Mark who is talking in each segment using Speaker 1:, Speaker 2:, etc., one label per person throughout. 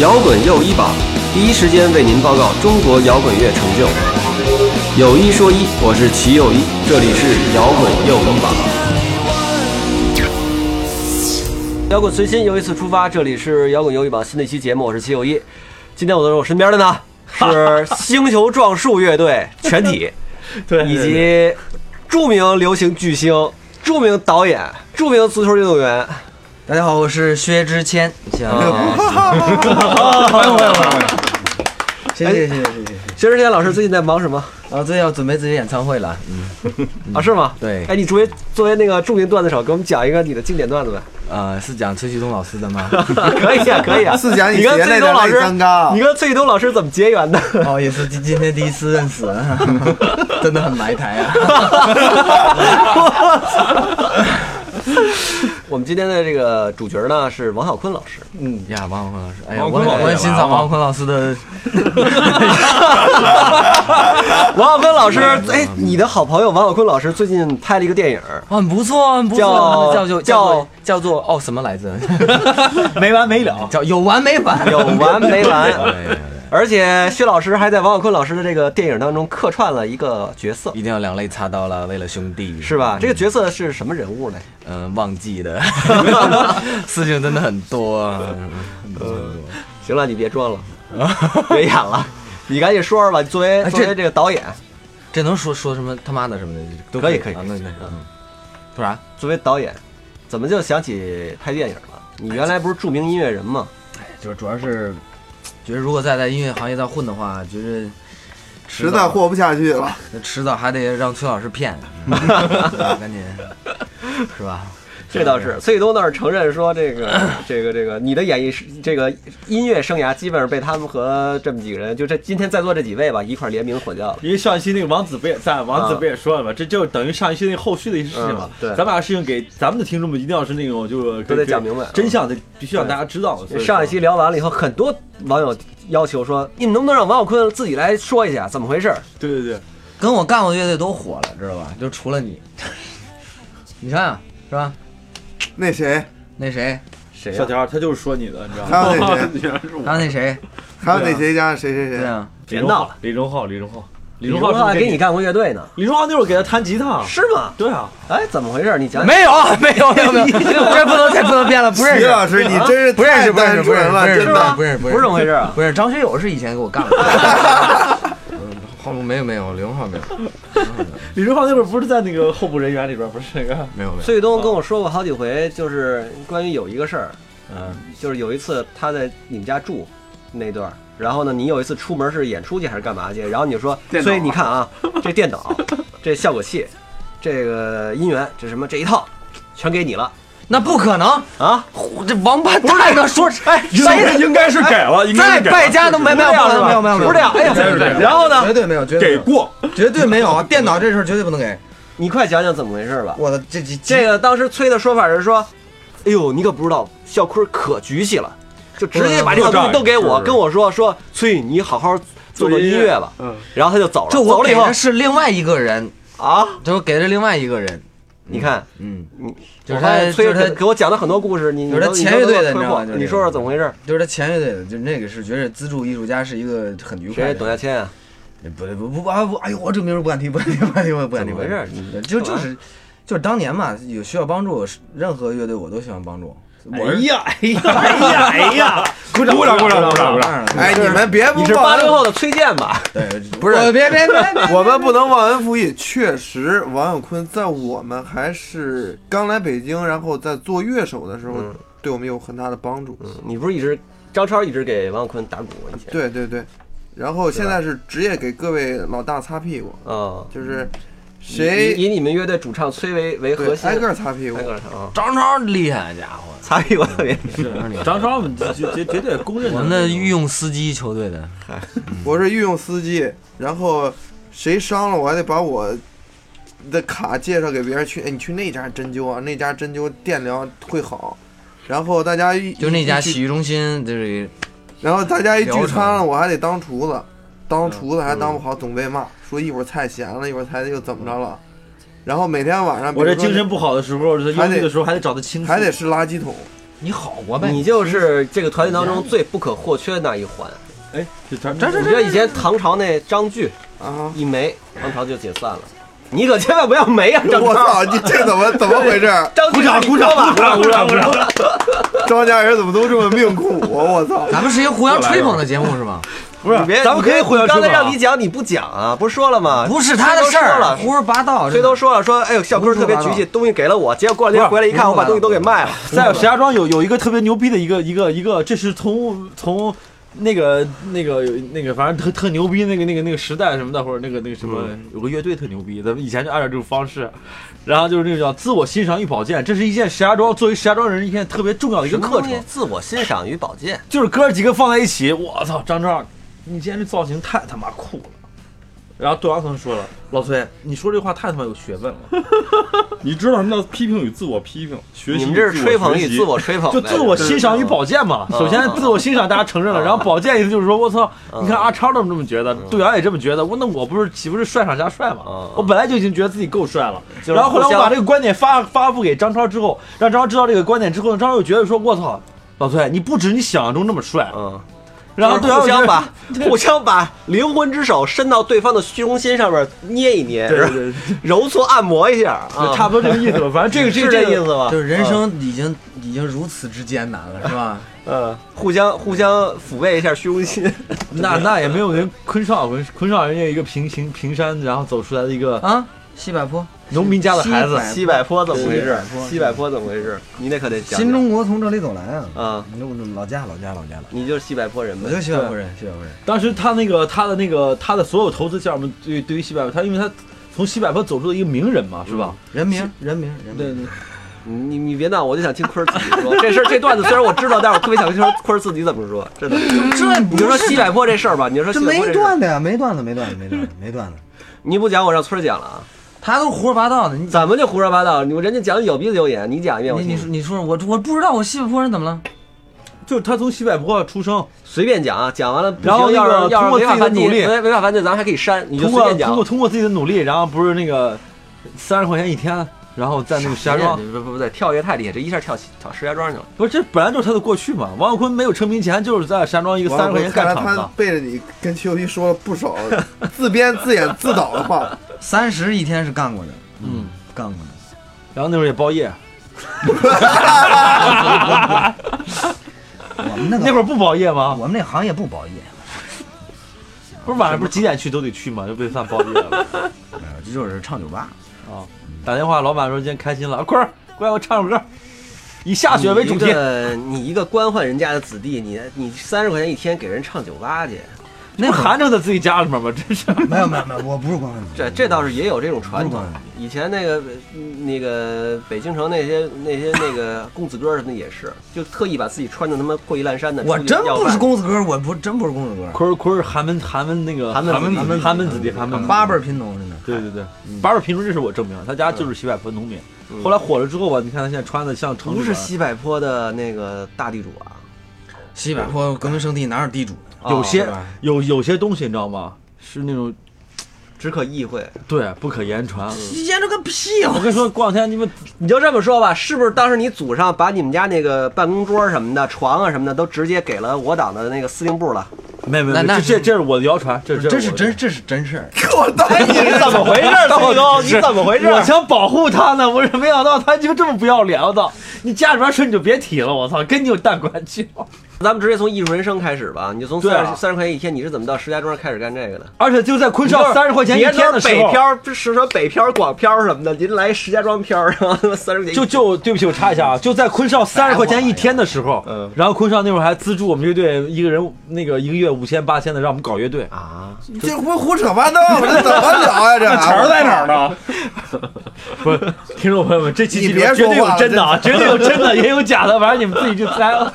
Speaker 1: 摇滚又一榜，第一时间为您报告中国摇滚乐成就。有一说一，我是齐又一，这里是摇滚又一榜。摇滚随心又一次出发，这里是摇滚又一榜新的一期节目，我是齐又一。今天我的我身边的 呢是星球撞树乐队全体，
Speaker 2: 对
Speaker 1: 以及著名流行巨星、著名导演、著名足球运动员。
Speaker 3: 大家好，我是薛之谦。哎
Speaker 2: 哦
Speaker 3: 谢谢谢谢谢谢谢谢。
Speaker 1: 薛之谦老师最近在忙什么？
Speaker 3: 然后最近要准备自己演唱会了，
Speaker 1: 啊，是吗？
Speaker 3: 对
Speaker 1: 哎，你作为作为那个著名段子手，给我们讲一个你的经典段子呗。
Speaker 3: 呃，是讲崔旭东老师的 吗？
Speaker 1: 可以啊，可以啊。
Speaker 4: 是讲
Speaker 1: 你
Speaker 4: 以
Speaker 1: 跟
Speaker 4: 前
Speaker 1: 崔旭东
Speaker 4: 那点
Speaker 1: 老
Speaker 4: 泪
Speaker 1: 师
Speaker 4: 增高，
Speaker 1: 你跟崔旭东老师怎么结缘的？
Speaker 3: 哦，也是今今天第一次认识， 真的很埋汰啊。
Speaker 1: 我们今天的这个主角呢是王小坤老师，
Speaker 3: 呀，王坤老师，哎呀，
Speaker 2: 王
Speaker 3: 我
Speaker 2: 坤
Speaker 3: 很
Speaker 2: 老师
Speaker 3: 我很欣赏王坤老师的，
Speaker 1: 王小坤老师，哎，你的好朋友王小坤老师最近拍了一个电影，
Speaker 3: 哦很不错，很不
Speaker 1: 叫
Speaker 3: 错，叫做
Speaker 1: 叫
Speaker 3: 做叫做哦什么来 着？
Speaker 2: 没完没了。
Speaker 3: 叫有完没完？
Speaker 1: 有完没完？
Speaker 3: 对，
Speaker 1: 而且薛老师还在王小坤老师的这个电影当中客串了一个角色，
Speaker 3: 一定要两肋插刀了，为了兄弟，
Speaker 1: 是吧？这个角色是什么人物呢？
Speaker 3: 嗯，忘记 的事情真的很多啊。
Speaker 1: 行了，你别装了，别演了，你赶紧说说吧。作为
Speaker 3: 哎
Speaker 1: 作为
Speaker 3: 这
Speaker 1: 这个导演，
Speaker 3: 这能说说什么他妈的什么的都
Speaker 1: 可以可以
Speaker 3: 啊那那嗯，说啥？
Speaker 1: 作为导演，怎么就想起拍电影了？你原来不是著名音乐人吗？
Speaker 3: 就是主要是觉得如果再在音乐行业再混的话，觉得
Speaker 4: 实在
Speaker 3: 混，
Speaker 4: 活不下去了。
Speaker 3: 迟早还得让崔老师骗， 赶紧是吧？
Speaker 1: 这倒是，崔旭东倒是承认说，这个这个这个，你的演艺是这个音乐生涯基本上被他们和这么几个人，就这今天在座这几位吧，一块儿联名混掉了。
Speaker 2: 因为上一期那个王子不也在，王子不也说了嘛，这就等于上一期那个后续的一些事情嘛。
Speaker 1: 嗯对
Speaker 2: 咱们把事情给咱们的听众们一定要是那种就是
Speaker 1: 都得讲明白
Speaker 2: 真相得必须让大家知道。所以说
Speaker 1: 上一期聊完了以后，很多网友要求说，你们能不能让王小坤自己来说一下怎么回事儿？
Speaker 2: 对对对，
Speaker 3: 跟我干过的乐队都火了，知道吧？就除了你，你看啊，是吧？
Speaker 4: 那谁，
Speaker 3: 那谁，
Speaker 1: 谁
Speaker 2: 小
Speaker 1: 呀、
Speaker 2: 条儿他就是说你的，你知道
Speaker 4: 还有那
Speaker 2: 吗
Speaker 4: 谁？
Speaker 2: 居然 是我
Speaker 3: 还有那谁，
Speaker 4: 还有那谁加谁谁
Speaker 3: 对
Speaker 4: 谁，
Speaker 3: 啊，
Speaker 1: 别闹了，
Speaker 2: 李荣浩，李荣浩，李
Speaker 1: 李
Speaker 2: 荣
Speaker 1: 荣
Speaker 2: 浩
Speaker 1: 浩
Speaker 2: 是
Speaker 1: 还
Speaker 2: 不是
Speaker 1: 给你，干过乐队呢？
Speaker 2: 李荣浩那会儿给他弹吉他。
Speaker 1: 是吗？
Speaker 2: 对啊，
Speaker 1: 哎，怎么回事儿？你讲讲。
Speaker 3: 没有，没有，没有，没啊有，这 不能，这不能变了， 不认
Speaker 4: 齐
Speaker 3: 识。
Speaker 4: 老师，你真是
Speaker 3: 不认
Speaker 4: 太
Speaker 3: 识，不认识，
Speaker 4: 单
Speaker 3: 不
Speaker 4: 纯
Speaker 3: 认识，不
Speaker 4: 了，
Speaker 3: 认识，
Speaker 4: 真的。
Speaker 3: 不认识，
Speaker 1: 不是这么回事儿 啊！
Speaker 3: 不是张学友是以前给我干了。 嗯，后没有没有，刘浩没有
Speaker 2: 李荣浩那会儿不是在那个候补人员里边儿，不是那个，
Speaker 3: 没有没有。
Speaker 1: 崔旭东跟我说过好几回，就是关于有一个事儿，
Speaker 2: 嗯，
Speaker 1: 就是有一次他在你们家住那段儿，然后呢，你有一次出门是演出去还是干嘛去？然后你就说，
Speaker 4: 电脑
Speaker 1: 所以你看啊，这电脑，这效果器，这个音源，这什么这一套，全给你了
Speaker 3: 那不可能，
Speaker 1: 啊！
Speaker 3: 这王八蛋的说，哎，谁
Speaker 2: 应该是给了，应
Speaker 3: 在
Speaker 2: 该是给了
Speaker 3: 败家都没没有
Speaker 1: 不是这样是吧
Speaker 3: 没有没有没有，
Speaker 1: 不是这样，哎
Speaker 2: 对对
Speaker 1: 呀，
Speaker 2: 对
Speaker 1: 然后呢，
Speaker 3: 绝对没有，绝
Speaker 2: 给
Speaker 3: 对没有
Speaker 2: 过，
Speaker 3: 绝对没有啊！电脑这事儿绝对不能给。
Speaker 1: 你快讲讲怎么回事吧。
Speaker 3: 我的这这
Speaker 1: 这个当时崔的说法是说，哎呦，你可不知道，校坤可局气了，就直接把这套东西都给我，
Speaker 2: 嗯
Speaker 1: 跟我说说，崔，你好好做个音乐吧。
Speaker 2: 嗯，
Speaker 1: 然后他就走了，
Speaker 3: 这
Speaker 1: 走
Speaker 3: 我
Speaker 1: 了以
Speaker 3: 给
Speaker 1: 后
Speaker 3: 的是另外一个人，
Speaker 1: 啊，
Speaker 3: 这我给的另外一个人，
Speaker 1: 你看，
Speaker 3: 嗯，
Speaker 1: 嗯，
Speaker 3: 就是
Speaker 1: 我
Speaker 3: 他
Speaker 1: 发现崔
Speaker 3: 就是他
Speaker 1: 给给我讲了很多故事，你
Speaker 3: 就是他
Speaker 1: 你都
Speaker 3: 前乐队的
Speaker 1: 你都
Speaker 3: 你知道吗
Speaker 1: 推
Speaker 3: 就
Speaker 1: 过
Speaker 3: 是
Speaker 1: 你说说怎么回事？
Speaker 3: 就是他前乐队的，就那个是觉得资助艺术家是一个很愉快
Speaker 1: 谁
Speaker 3: 的。
Speaker 1: 董亚千啊？
Speaker 3: 不不不啊不！哎呦，我这名儿不敢提，不敢提，不敢提，不敢提，不敢
Speaker 1: 怎
Speaker 3: 提。
Speaker 1: 么回事你
Speaker 3: 就就是就是当年嘛，有需要帮助，任何乐队我都喜欢帮助。我是
Speaker 2: 呀，哎呀，哎呀，哎呀， 鼓掌，鼓掌，鼓掌，鼓掌，
Speaker 3: 当然了，
Speaker 4: 哎，你们别
Speaker 3: 嗯
Speaker 4: 不
Speaker 1: 你是八
Speaker 4: 忘
Speaker 1: 零后的崔健吧？
Speaker 3: 对，不是，别别别，别
Speaker 4: 我们不能忘恩负义。确实，王小坤在我们还是刚来北京，然后在做乐手的时候，
Speaker 1: 嗯
Speaker 4: 对我们有很大的帮助。
Speaker 1: 你不是一直张超一直给王小坤打鼓吗？以前
Speaker 4: 对对对，然后现在是职业给各位老大擦屁股，
Speaker 1: 啊，
Speaker 4: 就是
Speaker 3: 哎
Speaker 1: 以以
Speaker 4: 谁
Speaker 1: 以你们乐队主唱崔为为核
Speaker 4: 对
Speaker 1: 心，
Speaker 4: 挨个儿擦屁股
Speaker 1: 挨。个儿唱啊，
Speaker 3: 张超厉害，家伙，
Speaker 1: 擦屁股特别
Speaker 2: 是张超，我们绝绝绝对公认
Speaker 3: 我们的御用司机球队的，
Speaker 4: 我是御用司机，然后谁伤了我还得把我的卡介绍给别人去，哎，你去那家针灸啊，那家针灸电疗会好。然后大家一
Speaker 3: 就那家
Speaker 4: 一
Speaker 3: 洗
Speaker 4: 聚，
Speaker 3: 浴中心，就是
Speaker 4: 然后大家一聚
Speaker 3: 疗
Speaker 4: 餐了，
Speaker 3: 程
Speaker 4: 我还得当厨子，当厨子还当不好，总被骂，说一会儿菜咸了，一会儿菜又怎么着了。然后每天晚上，
Speaker 2: 我这
Speaker 4: 比如说
Speaker 2: 精神不好的时候，这忧郁的时候还得找他倾诉，
Speaker 4: 还得是垃圾桶，
Speaker 3: 你好过呗，
Speaker 1: 你就是这个团队当中最不可或缺的那一环。
Speaker 2: 哎，这咱
Speaker 5: 这
Speaker 1: 你知道以前唐朝那张炬
Speaker 4: 啊！
Speaker 1: 一没，唐朝就解散了。你可千万不要没啊，张
Speaker 4: 我
Speaker 1: 超！
Speaker 4: 操，你这怎么怎么回事？
Speaker 1: 张炬，鼓掌吧！
Speaker 2: 鼓掌鼓掌鼓掌！
Speaker 4: 张家人怎么都这么命苦啊！我操！
Speaker 3: 咱们是一个互相吹捧的节目是吗？
Speaker 2: 不是
Speaker 1: 你别，，
Speaker 2: 咱们可以互相
Speaker 1: 刚才
Speaker 2: 吹捧啊
Speaker 1: 让你讲，你不讲 啊？不是说了吗？
Speaker 3: 不是他的事
Speaker 1: 谁都说
Speaker 3: 儿，啊
Speaker 1: 了
Speaker 3: 胡说八道，
Speaker 1: 谁都说了，说哎呦，小哥特别局气，东西给了我，结果过两天回来一看，我把东西都给卖了。
Speaker 2: 在石家庄有有一个特别牛逼的一个一个一个，这是从从那个那个那个，反正特特牛逼那个那个那个时代什么的，或者那个那个什么，有个乐队特牛逼，咱们以前就按照这种方式，然后就是那个叫自我欣赏与保健，这是一件石家庄作为石家庄人一件特别重要的一个课程，
Speaker 1: 自我欣赏与保健，
Speaker 2: 就是哥几个放在一起，我操，张张，你今天这造型太他妈酷了。然后对方可能说了：“老崔，你说这话太他妈有学问了，
Speaker 6: 你知道什么叫批评与自我批评？学习
Speaker 1: 你们这是吹捧与自我吹捧
Speaker 2: 就
Speaker 1: 呗，
Speaker 2: 自我欣赏与保健嘛。
Speaker 1: 嗯
Speaker 2: 首先自我欣赏大家承认了，
Speaker 1: 嗯
Speaker 2: 然后保健意思就是说，我操，
Speaker 1: 嗯
Speaker 2: 你看阿超都这么觉得，杜阳也这么觉得，我那我不是岂不是帅上加帅嘛
Speaker 1: 嗯？
Speaker 2: 我本来就已经觉得自己够帅了，
Speaker 1: 就是
Speaker 2: 然后后来我
Speaker 1: 互相
Speaker 2: 把这个观点发发布给张超之后，让张超知道这个观点之后，张超又觉得说，我操。”老崔，你不止你想象中那么帅，
Speaker 1: 嗯，
Speaker 2: 然后
Speaker 1: 就
Speaker 2: 对
Speaker 1: 是
Speaker 2: 方
Speaker 1: 互
Speaker 2: 觉
Speaker 1: 相
Speaker 2: 得
Speaker 1: 把互相把灵魂之手伸到对方的虚荣心上面捏一捏，
Speaker 2: 对
Speaker 1: 是
Speaker 2: 对
Speaker 1: 吧
Speaker 2: 对，
Speaker 1: 揉搓按摩一下
Speaker 2: 对
Speaker 1: 啊，
Speaker 2: 差不多这个意思吧。反正这个
Speaker 1: 嗯是
Speaker 2: 这
Speaker 1: 这
Speaker 2: 个
Speaker 1: 意思吧？
Speaker 5: 就是人生已经已经如此之艰难 了，是吧？
Speaker 1: 嗯，互相互相抚慰一下虚荣心，
Speaker 2: 那那也没有人昆少昆昆少人家一个平行平山，然后走出来的一个
Speaker 5: 啊，西柏坡，
Speaker 2: 农民家的孩子，
Speaker 1: 西柏坡怎么回事
Speaker 5: 西柏？坡
Speaker 1: 西柏坡怎么回事？你那可得讲讲
Speaker 5: 新中国从这里走来啊！
Speaker 1: 啊，
Speaker 5: 你老家老家老家老家，
Speaker 1: 你就是西柏坡人
Speaker 5: 我
Speaker 1: 呗
Speaker 5: 就。西柏坡人，西柏坡人。
Speaker 2: 当时他那个他的那个他的所有投资项目，对对于西柏坡，他因为他从西柏坡走出了一个名人嘛，是
Speaker 3: 嗯
Speaker 2: 吧？
Speaker 5: 人名，人名，人名。
Speaker 2: 对，
Speaker 1: 你你别闹，我就想听坤儿自己说 这事儿。这段子虽然我知道，但是我特别想听坤儿自己怎么说。真的，
Speaker 5: 这
Speaker 1: 你就说西柏坡这事儿吧，你就说
Speaker 5: 这
Speaker 1: 西柏
Speaker 5: 没
Speaker 1: 坡这事儿，
Speaker 5: 段子呀，没段子，没段子，没 段子，没段子。
Speaker 1: 你不讲我让坤儿讲了啊。
Speaker 5: 他都胡说八道的，你
Speaker 1: 咱们就胡说八道，你人家讲有鼻子有眼，你讲一遍我
Speaker 5: 你
Speaker 1: 听
Speaker 5: 你说你说我我不知道我西柏坡人怎么了？
Speaker 2: 就是他从西柏坡出生，
Speaker 1: 随便讲啊，讲完了不行
Speaker 2: 然后那
Speaker 1: 要
Speaker 2: 个
Speaker 1: 是要是
Speaker 2: 通过
Speaker 1: 违法
Speaker 2: 自己
Speaker 1: 犯纪，
Speaker 2: 的努力
Speaker 1: 违违法犯罪咱们还可以删，你就
Speaker 2: 通
Speaker 1: 随
Speaker 2: 过
Speaker 1: 便
Speaker 2: 通
Speaker 1: 讲
Speaker 2: 过。通过自己的努力，然后不是那个三十块钱一天，然后在那个石家庄，
Speaker 1: 不不不对，跳跃太厉害，这一下跳起跳石家庄去了。
Speaker 2: 不是这本来就是他的过去嘛。王小坤没有成名前就是在石家庄一个三十块钱
Speaker 4: 看
Speaker 2: 干
Speaker 4: 来
Speaker 2: 厂
Speaker 4: 他
Speaker 2: 子，
Speaker 4: 背着你跟邱皮说了不少自编自演自导的话，
Speaker 5: 三十一天是干过的，
Speaker 2: 嗯，
Speaker 5: 干过的。
Speaker 2: 然后那时候也包夜，
Speaker 5: 我 们那个
Speaker 3: 嗯
Speaker 2: 那会儿不包夜吗？
Speaker 5: 我们那个行业不包夜，
Speaker 2: 不是晚上不是几点去都得去吗？就被算包夜了。
Speaker 5: 没哎有这就是唱酒吧。
Speaker 2: 打电话，老板说今天开心了，啊坤儿，过来我唱首歌，以下雪为主
Speaker 1: 你一
Speaker 2: 题。
Speaker 1: 个 你一个官宦人家的子弟，你你三十块钱一天给人唱酒吧去，
Speaker 2: 那寒碜在自己家里面吗？真是。
Speaker 5: 没有没有没有，我不是光棍子。
Speaker 1: 这这倒是也有这种传
Speaker 5: 不
Speaker 1: 统
Speaker 5: 是吧。
Speaker 1: 以前那个嗯那个北京城那些那些那个公子哥什么也是，就特意把自己穿的他妈破衣烂衫的。
Speaker 5: 我
Speaker 1: 出去
Speaker 5: 真
Speaker 1: 要
Speaker 5: 不是
Speaker 1: 饭
Speaker 5: 公子哥，我不真不是公子哥，
Speaker 2: 坤儿坤儿，寒门寒门那个
Speaker 1: 寒门子弟
Speaker 2: 门寒门子弟，寒门子弟
Speaker 5: 八辈儿贫农真的。
Speaker 2: 对对对，八辈儿贫农，这是我证明，啊他家就是西柏坡农民。后来火了之后吧，你看他现在穿的像城
Speaker 1: 不
Speaker 2: 市
Speaker 1: 是
Speaker 2: 人
Speaker 1: 西柏坡的那个大地主啊，
Speaker 5: 西柏坡革命圣地哪有地主？
Speaker 2: 有
Speaker 5: 哦
Speaker 2: 些
Speaker 5: 对吧
Speaker 2: 有有些东西你知道吗？是那种
Speaker 1: 只可意会。
Speaker 2: 对不可言传。
Speaker 5: 研究个屁！
Speaker 2: 我跟你说，过两天你们
Speaker 1: 你就这么说吧，是不是当时你祖上把你们家那个办公桌什么的、床啊什么的都直接给了我党的那个司令部了？
Speaker 2: 没没
Speaker 5: 那
Speaker 2: 没，
Speaker 5: 那
Speaker 2: 这
Speaker 5: 是
Speaker 2: 这这是我的谣传，这
Speaker 5: 这是
Speaker 2: 我的
Speaker 5: 真，这是真事儿。
Speaker 4: 我操！
Speaker 2: 你怎么回事 儿，大哥？你怎么回
Speaker 1: 事儿
Speaker 2: 我想保护他呢，我是没想到他就这么不要脸，我操！你家里边事儿你就别提了，我操，跟你有蛋关系吗？
Speaker 1: 咱们直接从艺术人生开始吧，你就从
Speaker 2: 对
Speaker 1: 三
Speaker 2: 啊
Speaker 1: 十三十块钱一天，你是怎么到石家庄开始干这个的？
Speaker 2: 而且就在昆少三十块钱一天的
Speaker 1: 别都是
Speaker 2: 时候
Speaker 1: 北，漂，这是说北漂、广漂什么的，您来石家庄漂，然后他妈 三十块钱一
Speaker 2: 就就对不起，我插一下啊，就在昆少三十块钱一天的时候
Speaker 1: 嗯，
Speaker 2: 然后昆少那会儿还资助我们乐队一个人那个一个月五千八千的，让我们搞乐队。
Speaker 1: 啊，
Speaker 4: 你这不是胡扯八道吗？这怎么聊呀？这
Speaker 6: 词儿在哪儿呢？
Speaker 2: 不是， 听众朋友们，这期
Speaker 4: 你
Speaker 2: 节目
Speaker 4: 别
Speaker 2: 绝对
Speaker 4: 说
Speaker 2: 有
Speaker 4: 话
Speaker 2: 真的啊，绝对有真的，也有假的，反正你们自己去猜了。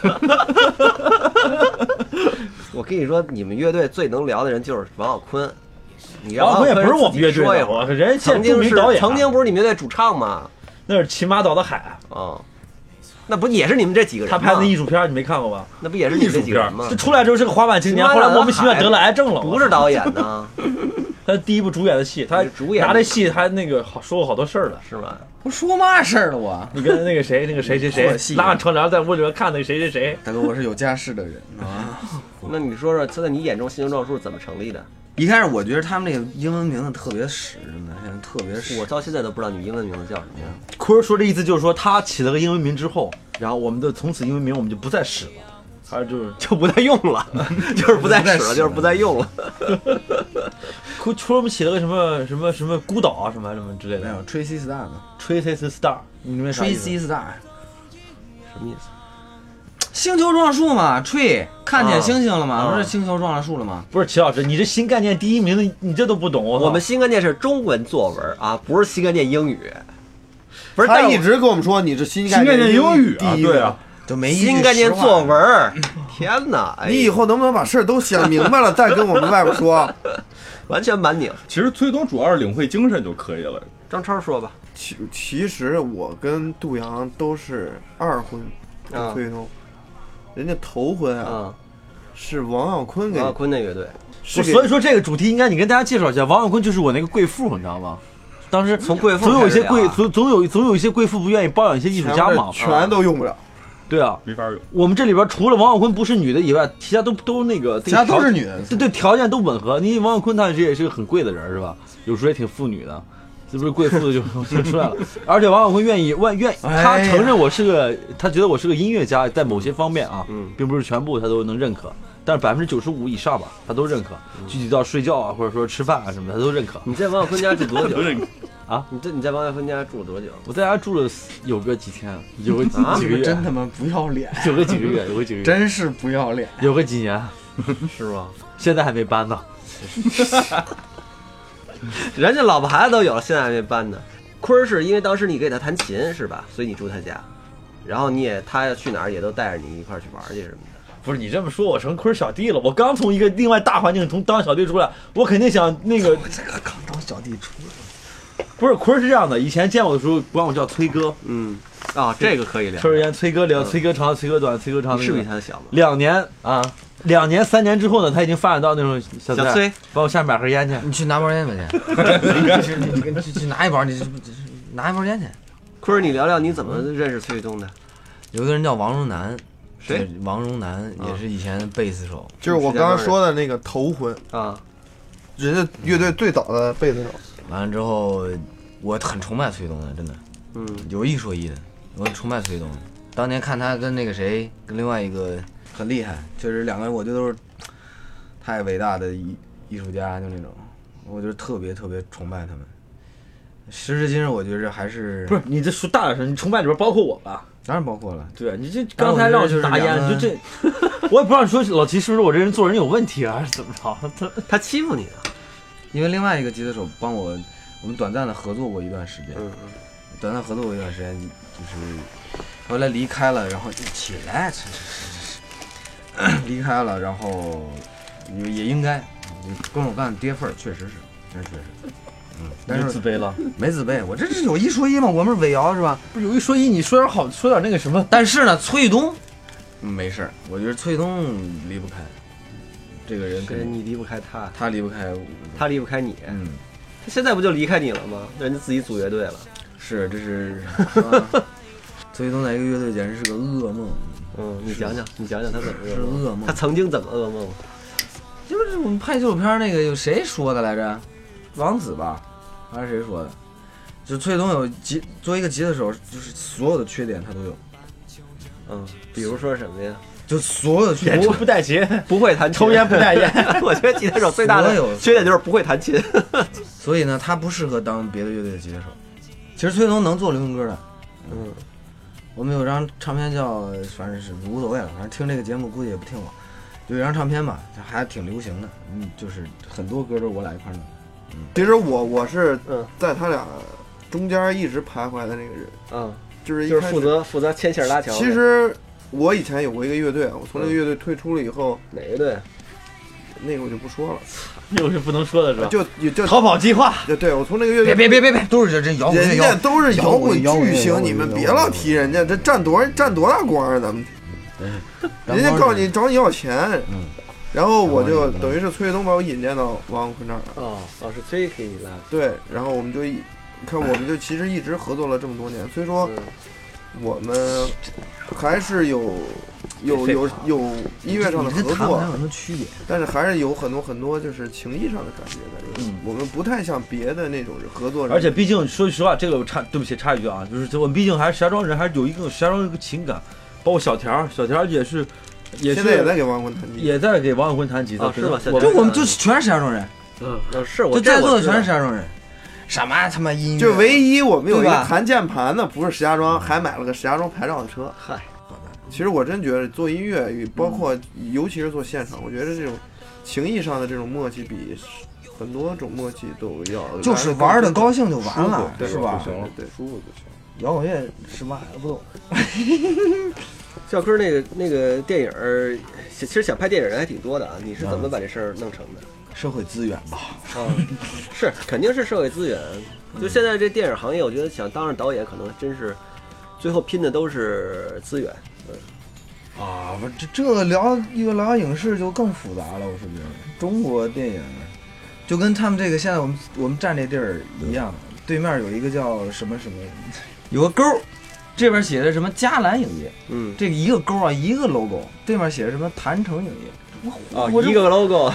Speaker 1: 我跟你说，你们乐队最能聊的人就是王小坤。你让
Speaker 2: 王小坤也不是我
Speaker 1: 自
Speaker 2: 们
Speaker 1: 己
Speaker 2: 乐
Speaker 1: 说一
Speaker 2: 队的，
Speaker 1: 会儿
Speaker 2: 我人家现
Speaker 1: 曾
Speaker 2: 在著
Speaker 1: 经
Speaker 2: 名
Speaker 1: 是
Speaker 2: 导演，啊
Speaker 1: 曾经不是你们乐队主唱吗？
Speaker 2: 那是《骑马岛的海
Speaker 1: 啊，那不也是你们这几个》，人
Speaker 2: 他
Speaker 1: 吗？
Speaker 2: 拍的艺术片儿你没看过吧？
Speaker 1: 那不也是你们这几个人吗
Speaker 2: 这？出来之后是个滑板青年，后来莫名其妙得了癌症了。
Speaker 1: 不是导演呢，
Speaker 2: 他第一部主演的戏，他
Speaker 1: 你是主演
Speaker 2: 拿这戏他那个好说过好多事儿了。
Speaker 1: 是吗？
Speaker 7: 我说嘛事儿了我？
Speaker 2: 你跟那个谁，那个谁 谁
Speaker 3: 错
Speaker 2: 谁
Speaker 3: 戏
Speaker 2: 拉着窗帘在屋里边看那个谁谁谁，
Speaker 3: 大哥，我是有家室的人啊。
Speaker 1: 那你说说，他在你眼中新形状是怎么成立的？
Speaker 3: 一开始我觉得他们那个英文名字特别屎，真的现在特别屎
Speaker 1: 我。到现在都不知道你英文名字叫什么呀？
Speaker 2: 坤儿说这意思就是说他起了个英文名之后，然后我们的从此英文名我们就不再使了，他就是
Speaker 1: 就不再用了，就是 不再使了，就是不再用了。
Speaker 2: 坤坤儿我们起了个什么什么什么孤岛啊什么什么之类
Speaker 3: 没
Speaker 2: 的
Speaker 3: 有 Tracy Star 呢
Speaker 2: ，Tracy Star，你明白啥意思？
Speaker 3: ？Tracy Star，
Speaker 1: 什么意思？
Speaker 3: 星球撞树嘛，Tree 看
Speaker 1: 啊
Speaker 3: 见星星了
Speaker 1: 啊
Speaker 3: 嘛，不是星球撞上树了吗？
Speaker 2: 不是齐老师，你这新概念第一名字你这都不懂，我操
Speaker 1: 我们新概念是中文作文啊，不是新概念英语。不是，
Speaker 4: 他
Speaker 1: 但
Speaker 4: 一
Speaker 1: 我
Speaker 4: 直跟我们说你是新
Speaker 6: 新概念英语啊，
Speaker 4: 第一个
Speaker 6: 对啊，，
Speaker 3: 就没一句
Speaker 1: 新概念
Speaker 3: 实话
Speaker 1: 作文儿。 天哪，哎，
Speaker 4: 你以后能不能把事儿都想明白了，再跟我们外边说？
Speaker 1: 哎完全满拧。
Speaker 6: 其实最终主要是领会精神就可以了。
Speaker 1: 张超说吧，
Speaker 4: 其其实我跟杜阳都是二婚，
Speaker 1: 啊
Speaker 4: 最终，人家头婚啊
Speaker 1: 嗯，
Speaker 4: 是王耀坤给
Speaker 1: 王，小坤那乐队
Speaker 4: 是
Speaker 2: 不
Speaker 4: 给
Speaker 2: 所以说这个主题应该你跟大家介绍一下，王小坤就是我那个贵妇，你知道吗？当时
Speaker 1: 从贵妇
Speaker 2: 总有一些
Speaker 1: 开始聊
Speaker 2: 贵
Speaker 1: 啊
Speaker 2: 总总有总有一些贵妇不愿意包养一些艺术
Speaker 4: 前
Speaker 2: 家啊
Speaker 4: 面
Speaker 2: 嘛，
Speaker 4: 全都用不了。
Speaker 2: 对啊。
Speaker 6: 没 法用，
Speaker 2: 我们这里边除了王小坤不是女的以外，其他都都那个，
Speaker 3: 其他都是
Speaker 2: 女，
Speaker 3: 女的，
Speaker 2: 对对，条件都吻合。你王小坤他这也是个很贵的人是吧？有时候也挺妇女的，这不是贵妇就 就出来了。而且王小坤愿意万愿，
Speaker 3: 哎呀
Speaker 2: 他承认我是个，他觉得我是个音乐家，在某些方面啊，
Speaker 1: 嗯
Speaker 2: 并不是全部他都能认可，但是百分之九十五以上吧，他都认可。
Speaker 1: 嗯
Speaker 2: 具体到睡觉啊，或者说吃饭啊什么的，他都认可。
Speaker 1: 你在王小坤家住多久 啊
Speaker 6: 不？是
Speaker 1: 你这你在王小坤家住多久？
Speaker 2: 我在家住了四有个几天，有个几
Speaker 1: 啊
Speaker 2: 几
Speaker 3: 你
Speaker 2: 个
Speaker 3: 们真
Speaker 2: 月，
Speaker 3: 他妈不要脸，
Speaker 2: 有个几个月，有个几个月，
Speaker 3: 真是不要脸。
Speaker 2: 有个几年，啊
Speaker 1: 是吗？
Speaker 2: 现在还没搬呢。
Speaker 1: 人家老婆孩子都有了，现在还没搬呢。坤儿是因为当时你给他弹琴是吧？所以你住他家，然后你也他要去哪儿也都带着你一块儿去玩儿去什么的。
Speaker 2: 不是你这么说，我成坤儿小弟了。我刚从一个另外大环境从当小弟出来，我肯定想那 个
Speaker 3: 这个刚当小弟出来，
Speaker 2: 不是坤儿是这样的。以前见我的时候管我叫崔哥，
Speaker 1: 嗯，啊，这个可以聊啊
Speaker 2: 抽。根烟，崔哥聊，崔哥长，崔哥短，崔哥长。
Speaker 1: 你是比他的小吗？
Speaker 2: 两年啊，两年三年之后呢，他已经发展到那种小
Speaker 1: 小崔，
Speaker 2: 帮我下买盒烟去。
Speaker 7: 你去拿包烟吧去，你去你去去拿一包，你去拿一包烟去。
Speaker 1: 坤儿，你聊聊你怎么认识崔旭东的？
Speaker 7: 有一个人叫王荣南，
Speaker 1: 谁？
Speaker 7: 王荣南也是以前贝斯手，
Speaker 4: 就是我刚刚说的那个头婚，
Speaker 1: 啊，
Speaker 4: 人家乐队最早的贝斯手，
Speaker 7: 完了之后我很崇拜崔东的，真的
Speaker 1: 嗯，
Speaker 7: 有一说一的，我很崇拜崔东。当年看他跟那个谁，跟另外一个
Speaker 3: 很厉害，就是两个人，我觉得都是太伟大的艺艺术家，就那种，我就是特别特别崇拜他们。时至今日，我觉着还是
Speaker 2: 不是你这说大点声，你崇拜里边包括我吧？
Speaker 3: 当然包括了，
Speaker 2: 对啊你这刚才让我去拿烟，你就这， 我也不知道你说老齐是不是我这人做人有问题啊，还是怎么着？ 他
Speaker 1: 他欺负你啊 呢。
Speaker 3: 因为另外一个吉他手帮我，我们短暂的合作过一段时间，
Speaker 1: 嗯
Speaker 3: 短暂合作过一段时间，就是呃后来离开了，然后就起来，这这这这这离开了，然后嗯也也应该，各种各样的跌份儿，确实是，真是确实是，嗯，但
Speaker 2: 就是自卑了。
Speaker 3: 没自卑，我这是有一说一嘛，我们是伪摇是吧？
Speaker 2: 不是有一说一，你说点好，说点那个什么。
Speaker 3: 但是呢，崔东没事儿，我觉得崔东离不开这个人
Speaker 1: 可
Speaker 3: 肯
Speaker 1: 是
Speaker 3: 定，
Speaker 1: 你离不开他，
Speaker 3: 他离不开我，
Speaker 1: 他离不开你。
Speaker 3: 嗯，
Speaker 1: 他现在不就离开你了吗？人家自己组乐队了。
Speaker 3: 是这 是，啊崔东在一个乐队简直是个噩梦，
Speaker 1: 嗯，你讲讲，你讲讲他怎么
Speaker 3: 是
Speaker 1: 噩梦？
Speaker 3: 噩梦
Speaker 1: 他。曾经怎么噩梦？
Speaker 3: 就是我们拍纪录片儿那个有谁说的来着？王子吧，还是谁说的？就崔东有吉作为一个吉他手，就是所有的缺点他都有，
Speaker 1: 嗯，比如说什么呀？
Speaker 3: 就所有的缺点
Speaker 2: 演出不带琴，
Speaker 1: 不会弹琴，
Speaker 2: 抽烟不带烟。
Speaker 1: 我觉得吉他手最大的
Speaker 3: 所有
Speaker 1: 缺点就是不会弹琴。
Speaker 3: 所以呢，他不适合当别的乐队的吉他手。其实崔东能做流行歌的，
Speaker 1: 嗯，
Speaker 3: 我们有张唱片叫，反正是无所谓了，反正听这个节目估计也不听我。有一张唱片吧，还挺流行的，嗯，就是很多歌都是我俩一块儿弄的。
Speaker 4: 其实我我是
Speaker 1: 嗯
Speaker 4: 在他俩中间一直徘徊的那个人，
Speaker 1: 嗯，
Speaker 4: 就是一
Speaker 1: 就是
Speaker 4: 开
Speaker 1: 负
Speaker 4: 始
Speaker 1: 责负责牵线拉桥呗。
Speaker 4: 其实我以前有过一个乐队，我
Speaker 1: 嗯
Speaker 4: 从那个乐队退出了以后，
Speaker 1: 哪个队？啊
Speaker 4: 那个我就不说了，
Speaker 2: 又是不能说的是吧？
Speaker 4: 就也就
Speaker 2: 逃跑计划，
Speaker 4: 就对我从那个乐
Speaker 7: 别
Speaker 4: 队，
Speaker 7: 别别别别，都是这这摇滚
Speaker 4: 人
Speaker 7: 乐
Speaker 4: 家
Speaker 7: 摇。
Speaker 4: 都是哦摇滚
Speaker 3: 摇滚
Speaker 4: 巨
Speaker 3: 摇
Speaker 4: 星，
Speaker 3: 滚
Speaker 4: 你们
Speaker 3: 摇
Speaker 4: 别
Speaker 3: 滚
Speaker 4: 老提人家，这占多占多大光啊，咱们人家告诉你找你要钱，
Speaker 3: 嗯
Speaker 4: 然后我就
Speaker 3: 然后你
Speaker 4: 等于是崔卫东把我引荐到王坤那儿了。
Speaker 1: 哦，老师崔给你拉。
Speaker 4: 对，然后我们就一，你看我们就其实一直合作了这么多年，所以说
Speaker 1: 嗯
Speaker 4: 我们还是有有
Speaker 1: 废
Speaker 4: 有
Speaker 1: 话
Speaker 4: 有音乐上的合作，
Speaker 3: 什么区别？
Speaker 4: 但是还是有很多很多就是情谊上的感觉在这里
Speaker 2: 嗯。
Speaker 4: 我们不太像别的那种合作人，
Speaker 2: 而且毕竟说句实话，这个插对不起插一句啊，就是我们毕竟还是石家庄人，还是有一个石家庄一个情感，包括小条儿，小条儿也是也
Speaker 4: 现在也
Speaker 2: 是
Speaker 4: 在给王坤弹吉他。
Speaker 2: 也在给王永坤弹吉他，
Speaker 1: 哦是吗
Speaker 2: 我
Speaker 3: 就
Speaker 2: 们
Speaker 3: 我们就全是石家庄人，
Speaker 1: 呃，是我
Speaker 3: 就在座的全是石
Speaker 1: 是
Speaker 3: 家庄人，什么他妈音乐？
Speaker 4: 就唯一我们有一
Speaker 3: 嗯对
Speaker 4: 个
Speaker 3: 吧嗯
Speaker 4: 弹键盘的，不是石家庄，还买了个石家庄牌照的车。
Speaker 1: 嗨，
Speaker 4: 其实我真觉得做音乐
Speaker 3: 嗯
Speaker 4: 与包括尤其是做现场，我觉得这种情谊上的这种默契比很多种默契都要
Speaker 3: 就是玩的高兴就完了，
Speaker 4: 对
Speaker 3: 是吧？
Speaker 4: 对对对，
Speaker 6: 舒服就行。
Speaker 3: 摇滚乐什么孩子不懂？
Speaker 1: 教科那个那个电影儿，其其实想拍电影儿人还挺多的啊。你是怎么
Speaker 3: 嗯
Speaker 1: 把这事儿弄成的？
Speaker 3: 社会资源吧，
Speaker 1: 啊， 是肯定是社会资源。
Speaker 3: 嗯
Speaker 1: 就现在这电影行业，我觉得想当上导演，可能真是最后拼的都是资源。
Speaker 3: 啊，不，这这个聊又聊影视就更复杂了，我是觉得中国电影就跟他们这个现在我们我们站这地儿一样，对面有一个叫什么什么，有个勾儿，这边写着什么嘉兰影业，
Speaker 1: 嗯，
Speaker 3: 这个一个勾儿啊一个 logo，对面写着什么坛城影业，
Speaker 1: 啊，
Speaker 3: 我这
Speaker 1: 一个 logo，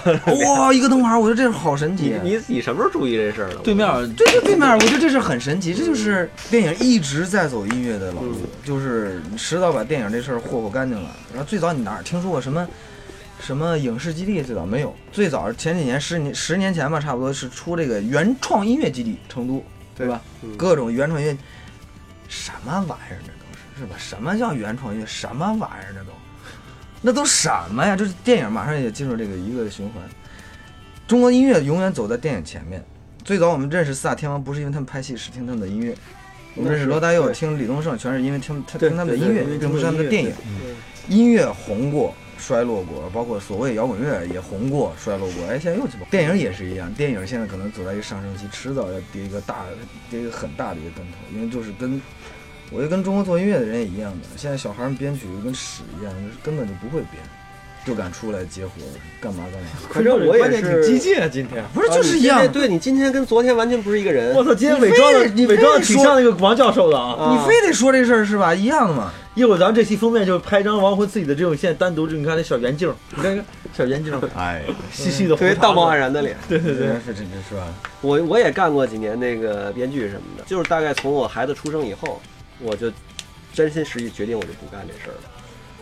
Speaker 3: 哇、一个灯牌，我觉得这是好神
Speaker 1: 你
Speaker 3: 奇。啊
Speaker 1: 你你什么时候注意这事儿了？啊
Speaker 2: 对面
Speaker 3: 对对对面，我觉得这是很神奇，这就是电影一直在走音乐的老路，就是迟早把电影这事儿霍霍干净了。然后最早你哪儿听说过什么什么影视基地？最早没有，最早前几年十年十年前吧，差不多是出这个原创音乐基地成都，对吧？
Speaker 1: 嗯
Speaker 3: 各种原创音乐，什么玩意儿那都是是吧？什么叫原创音乐？什么玩意儿那都，那都什么呀？就是电影马上也进入这个一个循环。中国音乐永远走在电影前面。最早我们认识四大天王，不是因为他们拍戏，是听他们的音乐。我们认识罗大佑、听李宗盛，全是因为听他听他们的音乐，听他们的电影。音乐红过，衰落过，包括所谓摇滚乐也红过，衰落过。哎，现在又去吧。电影也是一样，电影现在可能走在一个上升期，迟早要跌一个大，跌一个很大的一个跟头，因为就是跟。我觉得跟中国做音乐的人也一样的，现在小孩们编曲跟屎一样，就是根本就不会编，就敢出来接活，干嘛干嘛。
Speaker 1: 反正我也是
Speaker 2: 进啊，今天。
Speaker 3: 不是
Speaker 1: 啊
Speaker 3: 就是
Speaker 1: 你
Speaker 3: 一
Speaker 1: 今
Speaker 3: 样
Speaker 1: 天，对你今天跟昨天完全不是一个人
Speaker 2: 我。操，今天伪装的
Speaker 3: 你非得
Speaker 2: 伪装
Speaker 3: 你非
Speaker 2: 的
Speaker 3: 得
Speaker 2: 挺像那个王教授的啊！
Speaker 1: 啊
Speaker 3: 你非得说这事儿是吧？一样的嘛。
Speaker 2: 一会儿咱们这期封面就拍一张王辉自己的这种现在单独，就你看那小圆镜儿，你看看小圆镜儿，
Speaker 3: 哎，
Speaker 2: 细细的，
Speaker 1: 嗯特别道貌岸然的脸，
Speaker 2: 对对
Speaker 3: 对
Speaker 2: 对，
Speaker 3: 是这这是吧？
Speaker 1: 我我也干过几年那个编剧什么的，就是大概从我孩子出生以后，我就真心实意决定我就不干这事儿了，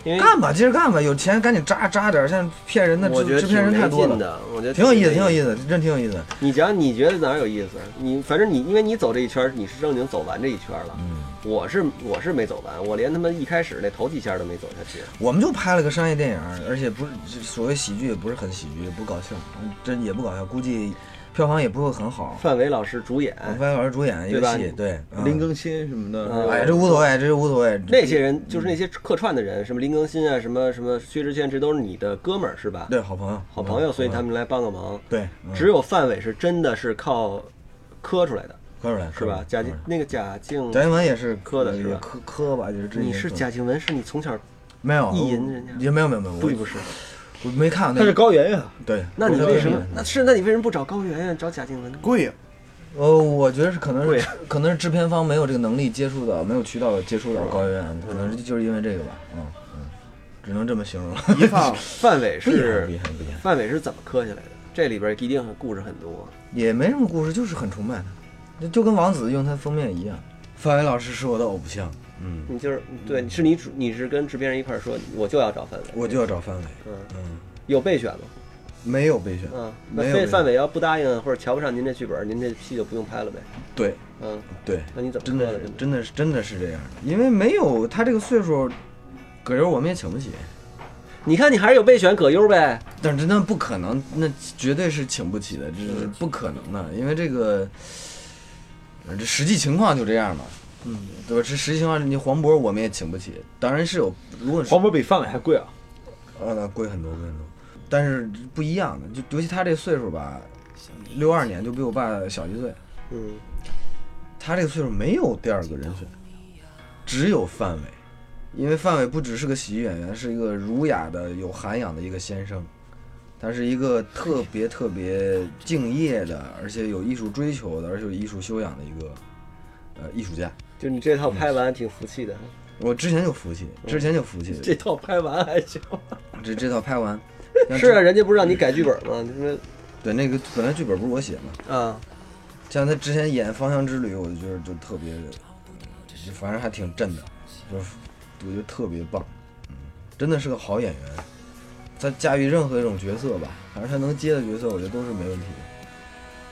Speaker 1: 因为
Speaker 3: 干吧，接着干吧，有钱赶紧扎扎点儿，现在骗人的
Speaker 1: 我
Speaker 3: 制
Speaker 1: 觉得
Speaker 3: 制
Speaker 1: 挺
Speaker 3: 片人
Speaker 1: 没
Speaker 3: 太多
Speaker 1: 劲
Speaker 3: 了，
Speaker 1: 的，我觉得
Speaker 3: 挺有意思，挺有
Speaker 1: 思。
Speaker 3: 意思，真挺有意思。
Speaker 1: 你讲，你觉得哪儿有意思？你反正你因为你走这一圈儿，你是正经走完这一圈儿了。
Speaker 3: 嗯，
Speaker 1: 我是我是没走完，我连他妈一开始那头几下都没走下去。
Speaker 3: 我们就拍了个商业电影儿，而且不是所谓喜剧，也不是很喜剧，也不搞笑，嗯真也不搞笑，估计票房也不会很好。
Speaker 1: 范伟老师主演，
Speaker 3: 我发现老师主演一
Speaker 1: 哎对吧
Speaker 3: 个戏，对，嗯
Speaker 2: 林更新什么
Speaker 1: 嗯
Speaker 2: 的，
Speaker 3: 哎呀，这无所谓，这无所谓。
Speaker 1: 那些
Speaker 3: 嗯
Speaker 1: 人就是那些客串的人，什么林更新啊，什么什么薛之谦，这都是你的哥们儿是吧？
Speaker 3: 对好朋友，
Speaker 1: 好朋友，
Speaker 3: 嗯
Speaker 1: 所以他们来帮个忙。
Speaker 3: 对，嗯
Speaker 1: 只有范伟是真的是靠磕出来的，
Speaker 3: 磕出来
Speaker 1: 是吧？贾
Speaker 3: 静
Speaker 1: 静，那个贾静，
Speaker 3: 贾静雯也是
Speaker 1: 磕的是吧
Speaker 3: 也磕磕吧，就是这
Speaker 1: 你
Speaker 3: 也
Speaker 1: 是
Speaker 3: 磕
Speaker 1: 贾静雯，是你从小
Speaker 3: 没有
Speaker 1: 意淫人家
Speaker 3: 也没有没有没有，
Speaker 1: 不
Speaker 3: 我
Speaker 1: 与不是？
Speaker 3: 我没看
Speaker 2: 他
Speaker 3: 过
Speaker 2: 是
Speaker 3: 那个，
Speaker 2: 高原呀，
Speaker 3: 对，
Speaker 1: 那你
Speaker 3: 我
Speaker 1: 为什么
Speaker 3: 看？过
Speaker 1: 那是那你为什么不找高圆圆，找贾静雯呢？
Speaker 4: 贵啊，
Speaker 3: 呃，我觉得是可能
Speaker 1: 贵啊
Speaker 3: 是可能是制片方没有这个能力接触到，没有渠道接触到高院，可能是就是因为这个吧，嗯嗯，只能这么形容了。
Speaker 4: 一放
Speaker 1: 范伟
Speaker 3: 不遗憾
Speaker 1: 是
Speaker 3: 不遗憾不遗憾，
Speaker 1: 范伟是怎么磕下来的？这里边一定故事很多。
Speaker 3: 也没什么故事，就是很崇拜他，就就跟王子用他封面一样。范伟老师是我的偶像，嗯，
Speaker 1: 你就是对，是你主你是跟制片人一块儿说，我就要找范伟，
Speaker 3: 我就要找范伟，
Speaker 1: 嗯，
Speaker 3: 嗯，
Speaker 1: 有备选吗？
Speaker 3: 没有备选，
Speaker 1: 嗯，那
Speaker 3: 没有
Speaker 1: 非
Speaker 3: 备选
Speaker 1: 范伟要不答应或者瞧不上您这剧本，您这戏就不用拍了呗。
Speaker 3: 对
Speaker 1: 嗯，
Speaker 3: 对，
Speaker 1: 那你怎么
Speaker 3: 真
Speaker 1: 磕
Speaker 3: 的
Speaker 1: 的
Speaker 3: 是？真的是真的是这样的，因为没有他这个岁数，葛优我们也请不起，
Speaker 1: 你看你还是有备选葛优呗。
Speaker 3: 但是那不可能，那绝对是请不起的，这是
Speaker 2: 嗯
Speaker 3: 不可能的，因为这个，呃这实际情况就这样嘛，嗯，对吧？这实际情况，你黄渤我们也请不起，当然是有，如果是
Speaker 2: 黄渤比范伟还贵啊，
Speaker 3: 呃那贵很多贵很多，但是不一样的，就尤其他这岁数吧，六二年就比我爸小一岁，
Speaker 1: 嗯，
Speaker 3: 他这个岁数没有第二个人选，只有范伟，因为范伟不只是个喜剧演员，是一个儒雅的、有涵养的一个先生，他是一个特别特别敬业的，而且有艺术追求的，而且有艺术修养的一个呃艺术家。
Speaker 1: 就你这套
Speaker 3: 嗯
Speaker 1: 拍完挺服气的，
Speaker 3: 我之前就服气，之前就服气，
Speaker 1: 这套拍完还行。
Speaker 3: 这这套拍完，像
Speaker 1: 是啊，
Speaker 3: 之
Speaker 1: 人家不是让你改剧本吗？你 说
Speaker 3: 对那个本来剧本不是我写嘛，
Speaker 1: 啊，
Speaker 3: 像他之前演《芳香之旅》，我就觉得就特别，就反正还挺震的，就是我觉得特别棒，嗯，真的是个好演员，他驾驭任何一种角色吧，反正他能接的角色，我觉得都是没问题的，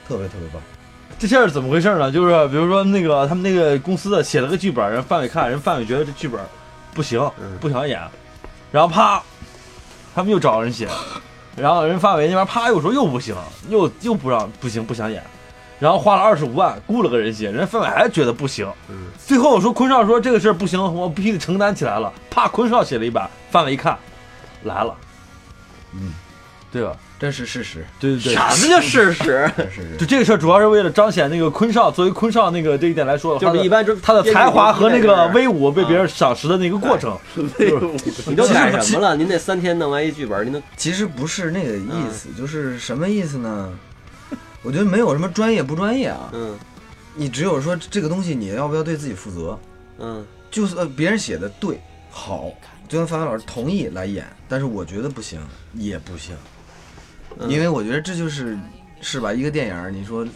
Speaker 3: 特别特别棒。
Speaker 2: 这事儿怎么回事呢？就是比如说那个他们那个公司的啊写了个剧本，人范伟看，人范伟觉得这剧本不行，不想演，然后啪，他们又找人写，然后人范伟那边啪又说又不行，又又不让不行不想演，然后花了二十五万雇了个人写，人范伟还觉得不行，最后说坤少说这个事儿不行，我必须得承担起来了，啪坤少写了一版，范伟一看来了，
Speaker 3: 嗯，
Speaker 2: 对吧？
Speaker 3: 这是事实，
Speaker 2: 对对对，
Speaker 1: 什么叫事实？
Speaker 3: 这是事
Speaker 2: 就
Speaker 3: 实。
Speaker 2: 这个事儿主要是为了彰显那个昆少作为昆少那个这一点来说，
Speaker 1: 就是一般就
Speaker 2: 他的他的才华和那个啊
Speaker 1: 微，
Speaker 2: 威武被别人赏识的那个过程。
Speaker 1: 你都改什么 了？您那三天弄完一剧本，您都
Speaker 3: 其实不是那个意思，就是什么意思呢？我觉得没有什么专业不专业啊，
Speaker 1: 嗯
Speaker 3: 你只有说这个东西你要不要对自己负责。
Speaker 1: 嗯
Speaker 3: 就算别人写的对好，就算范伟老师同意来演，但是我觉得不行，也不行，
Speaker 1: 嗯
Speaker 3: 因为我觉得这就是是吧？一个电影儿，你说，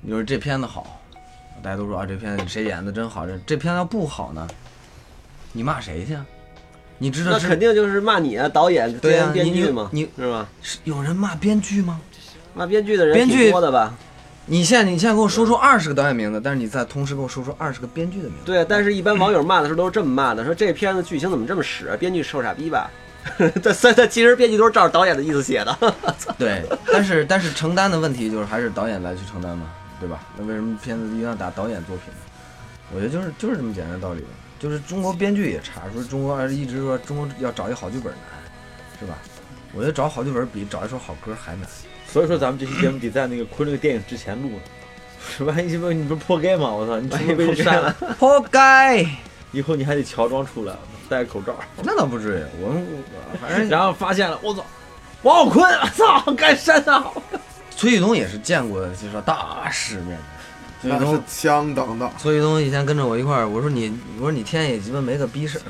Speaker 3: 你说这片子好，大家都说啊这片子谁演的真好，这这片子要不好呢，你骂谁去啊？你知道
Speaker 1: 那
Speaker 3: 是
Speaker 1: 肯定就是骂你啊，导演
Speaker 3: 对啊
Speaker 1: 编编
Speaker 3: 你
Speaker 1: 剧嘛，
Speaker 3: 你你
Speaker 1: 是吧？
Speaker 3: 是有人骂编剧吗？
Speaker 1: 骂编剧的人
Speaker 3: 编剧
Speaker 1: 挺多的吧？
Speaker 3: 你现在你现在给我说出二十个导演名字，但是你再同时给我说出二十个编剧的名字，
Speaker 1: 对，但是一般网友骂的时候都是这么骂的，说这片子剧情怎么这么屎啊，编剧臭傻逼吧？ 但但但其实编剧都是照着导演的意思写的，
Speaker 3: 对，但是但是承担的问题就是还是导演来去承担嘛，对吧？那为什么片子一定要打导演作品呢？我觉得就是就是这么简单的道理，就是中国编剧也差，说中国一直说中国要找一好剧本难，是吧？我觉得找好剧本比找一首好歌还难。
Speaker 2: 所以说咱们这期节目得在那个昆那个电影之前录，万一不你不是破 gay 吗？我操，你出去被人删了，
Speaker 3: 活该！
Speaker 2: 以后你还得乔装出来，戴个口罩，
Speaker 3: 那倒不至于，我们我反正
Speaker 2: 然后发现了，我操，王小坤，我操，该删他好。
Speaker 3: 崔旭东也是见过就是说大世面的，崔旭
Speaker 4: 那
Speaker 3: 东
Speaker 4: 是相当大。
Speaker 3: 崔旭东以前跟着我一块儿，我说你我说你天也鸡巴没个逼 事儿，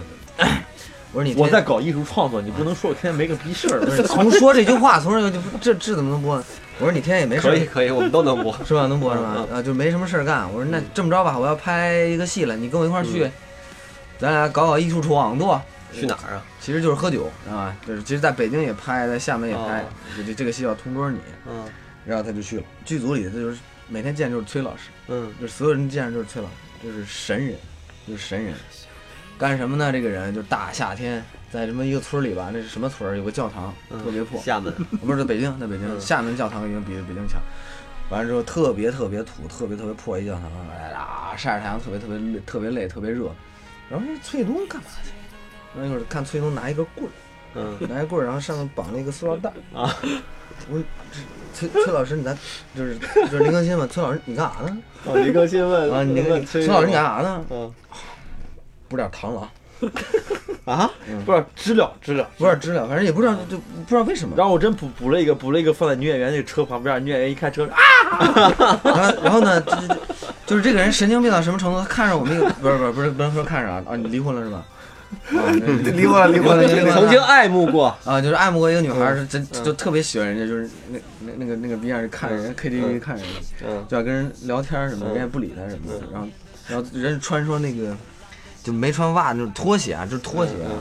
Speaker 3: 我说你天
Speaker 2: 我在搞艺术创作，你不能说我天天没个逼事儿。
Speaker 3: 不是 从说这句话，从这就这这怎么能播呢？我说你天也没事
Speaker 1: 可以
Speaker 3: 儿，
Speaker 1: 可以，我们都能播。
Speaker 3: 是吧？能播是吧？啊，就没什么事儿干。我说那这么着吧，我要拍一个戏了，你跟我一块儿去，咱俩搞搞艺术创作，
Speaker 1: 去哪儿啊？
Speaker 3: 其实就是喝酒，知道吧？就是其实在北京也拍，在厦门也拍
Speaker 1: 哦，
Speaker 3: 这这这个戏叫《同桌你》，
Speaker 1: 嗯
Speaker 3: 然后他就去了。剧组里他就是每天见就是崔老师，
Speaker 1: 嗯
Speaker 3: 就是所有人见着就是崔老师，就是神人，就是神人。干什么呢？这个人就大夏天在什么一个村儿里吧，那是什么村儿？有个教堂，
Speaker 1: 嗯，
Speaker 3: 特别破。
Speaker 1: 厦门，
Speaker 3: 不是在北京，在北京，
Speaker 1: 嗯
Speaker 3: 厦门教堂已经比北京强。完了之后，特别特别土，特别特别破一教堂，哎呀，晒着太阳，特别特别累，特别累，特别热。然后说崔东干嘛去？然后一会儿看崔东拿一根棍儿，
Speaker 1: 嗯
Speaker 3: 拿一棍儿，然后上面绑了一个塑料袋
Speaker 1: 啊。
Speaker 3: 我这崔崔老师，你咱就是就是林更新嘛？崔老师，你干啥呢？
Speaker 1: 哦，林更新问
Speaker 3: 啊，你那个
Speaker 1: 问
Speaker 3: 你
Speaker 1: 崔
Speaker 3: 崔老师，你干啥呢？
Speaker 1: 嗯
Speaker 3: 不是点螳螂，
Speaker 1: 啊，
Speaker 2: 不是知了知了。
Speaker 3: 不是知了，反正也不知道，就不知道为什么。
Speaker 2: 然后我真补补了一个，补了一个放在女演员那个车旁边，女演员一看车，啊，
Speaker 3: 然后，然后呢，这这就是这个人神经病到什么程度？他看上我们一个，不是不是不是，不能说看上啊啊！你离婚了是吧？啊，那
Speaker 4: 离婚了，离婚了，
Speaker 3: 离婚了
Speaker 1: 曾经爱慕过，
Speaker 3: 啊，就是爱慕过一个女孩儿，是真就特别喜欢人家，就是那那那个那个逼样，就看人家 KTV 看人家，
Speaker 1: 嗯
Speaker 3: 就要跟人聊天儿什么，人家也不理他什么的。然后，然后人家穿说那个就没穿袜，就是拖鞋啊，就是拖鞋啊。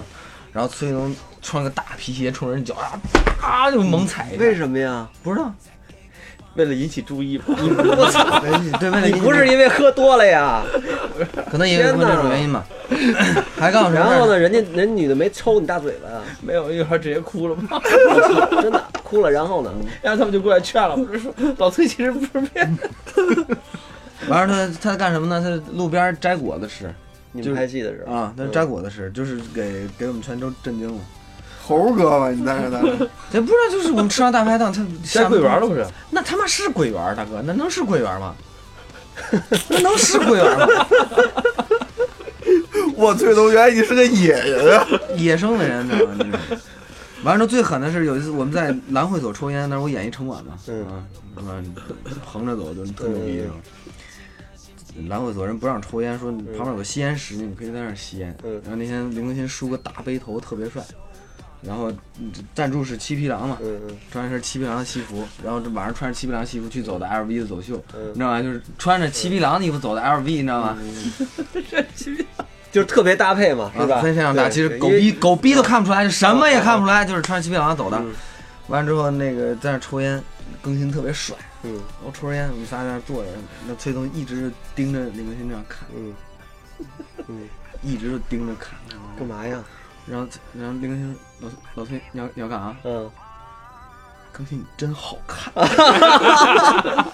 Speaker 3: 然后崔龙穿个大皮鞋冲人脚啊啊就猛踩一下，
Speaker 1: 为什么呀？
Speaker 3: 不知道？
Speaker 2: 为了引起 注意，
Speaker 3: 对，为了
Speaker 1: 啊你
Speaker 3: 引起
Speaker 1: 不是因为喝多了呀？
Speaker 3: 可能也有
Speaker 1: 天
Speaker 3: 这种
Speaker 1: 哪
Speaker 3: 原因吧。 还告诉什么
Speaker 1: 然
Speaker 3: 事儿
Speaker 1: 后
Speaker 3: 呢？
Speaker 1: 呢，人家人女的没抽你大嘴 巴呀，啊
Speaker 2: 没有，一会儿直接哭了嘛。
Speaker 1: 真的哭了。然后呢？
Speaker 3: 嗯
Speaker 2: 然后他们就过来劝了，我就说老崔其实不是骗子。
Speaker 3: 完了他他干什么呢？他路边摘果子吃
Speaker 1: 你们拍戏的时候，
Speaker 3: 啊，他摘果子吃，就是给给我们全州震惊了。
Speaker 4: 猴哥吧，你在这在 这，
Speaker 3: 这不知道就是我们吃完大排档，他
Speaker 2: 摘桂圆了不是？
Speaker 3: 那他妈是桂圆儿，大哥，那能是桂圆儿吗？ 那能是桂圆儿吗？
Speaker 4: 我崔东原来你是个野人啊！
Speaker 3: 野生的人呢？你完了，最狠的是有一次我们在兰会所抽烟，那时候我演一城管嘛，
Speaker 1: 嗯
Speaker 3: 啊，是吧？横着走就特牛逼。是吧兰会所人不让抽烟，说你旁边有个吸烟室，你们可以在那儿吸烟。
Speaker 1: 嗯
Speaker 3: 然后那天林更新梳个大背头，特别帅。然后嗯赞助是七匹狼嘛，
Speaker 1: 嗯嗯
Speaker 3: 穿一身七匹狼的西服，然后这晚上穿着七匹狼西服去走的 LV 的走秀，你
Speaker 1: 嗯，
Speaker 3: 知道吗？就是穿着七匹狼的衣服走的 LV，你知道吗？
Speaker 1: 就是特别搭配嘛，是吧？
Speaker 3: 啊，非常大，
Speaker 1: 对
Speaker 3: 其实
Speaker 1: 对
Speaker 3: 狗
Speaker 1: 因为
Speaker 3: 逼狗逼都看不出来，就什么也看不出来，就是穿着七匹狼走的
Speaker 1: 嗯。
Speaker 3: 完了之后，那个在那抽烟，更新特别帅。
Speaker 1: 嗯
Speaker 3: 我抽着烟，我们仨在那坐着，那崔东一直盯着李更新这样看，
Speaker 1: 嗯嗯，
Speaker 3: 一直就盯着看。
Speaker 1: 干嘛呀？
Speaker 3: 然后，然后李更新说，老老崔，你要你要干啥？
Speaker 1: 嗯，
Speaker 3: 更新你真好 看。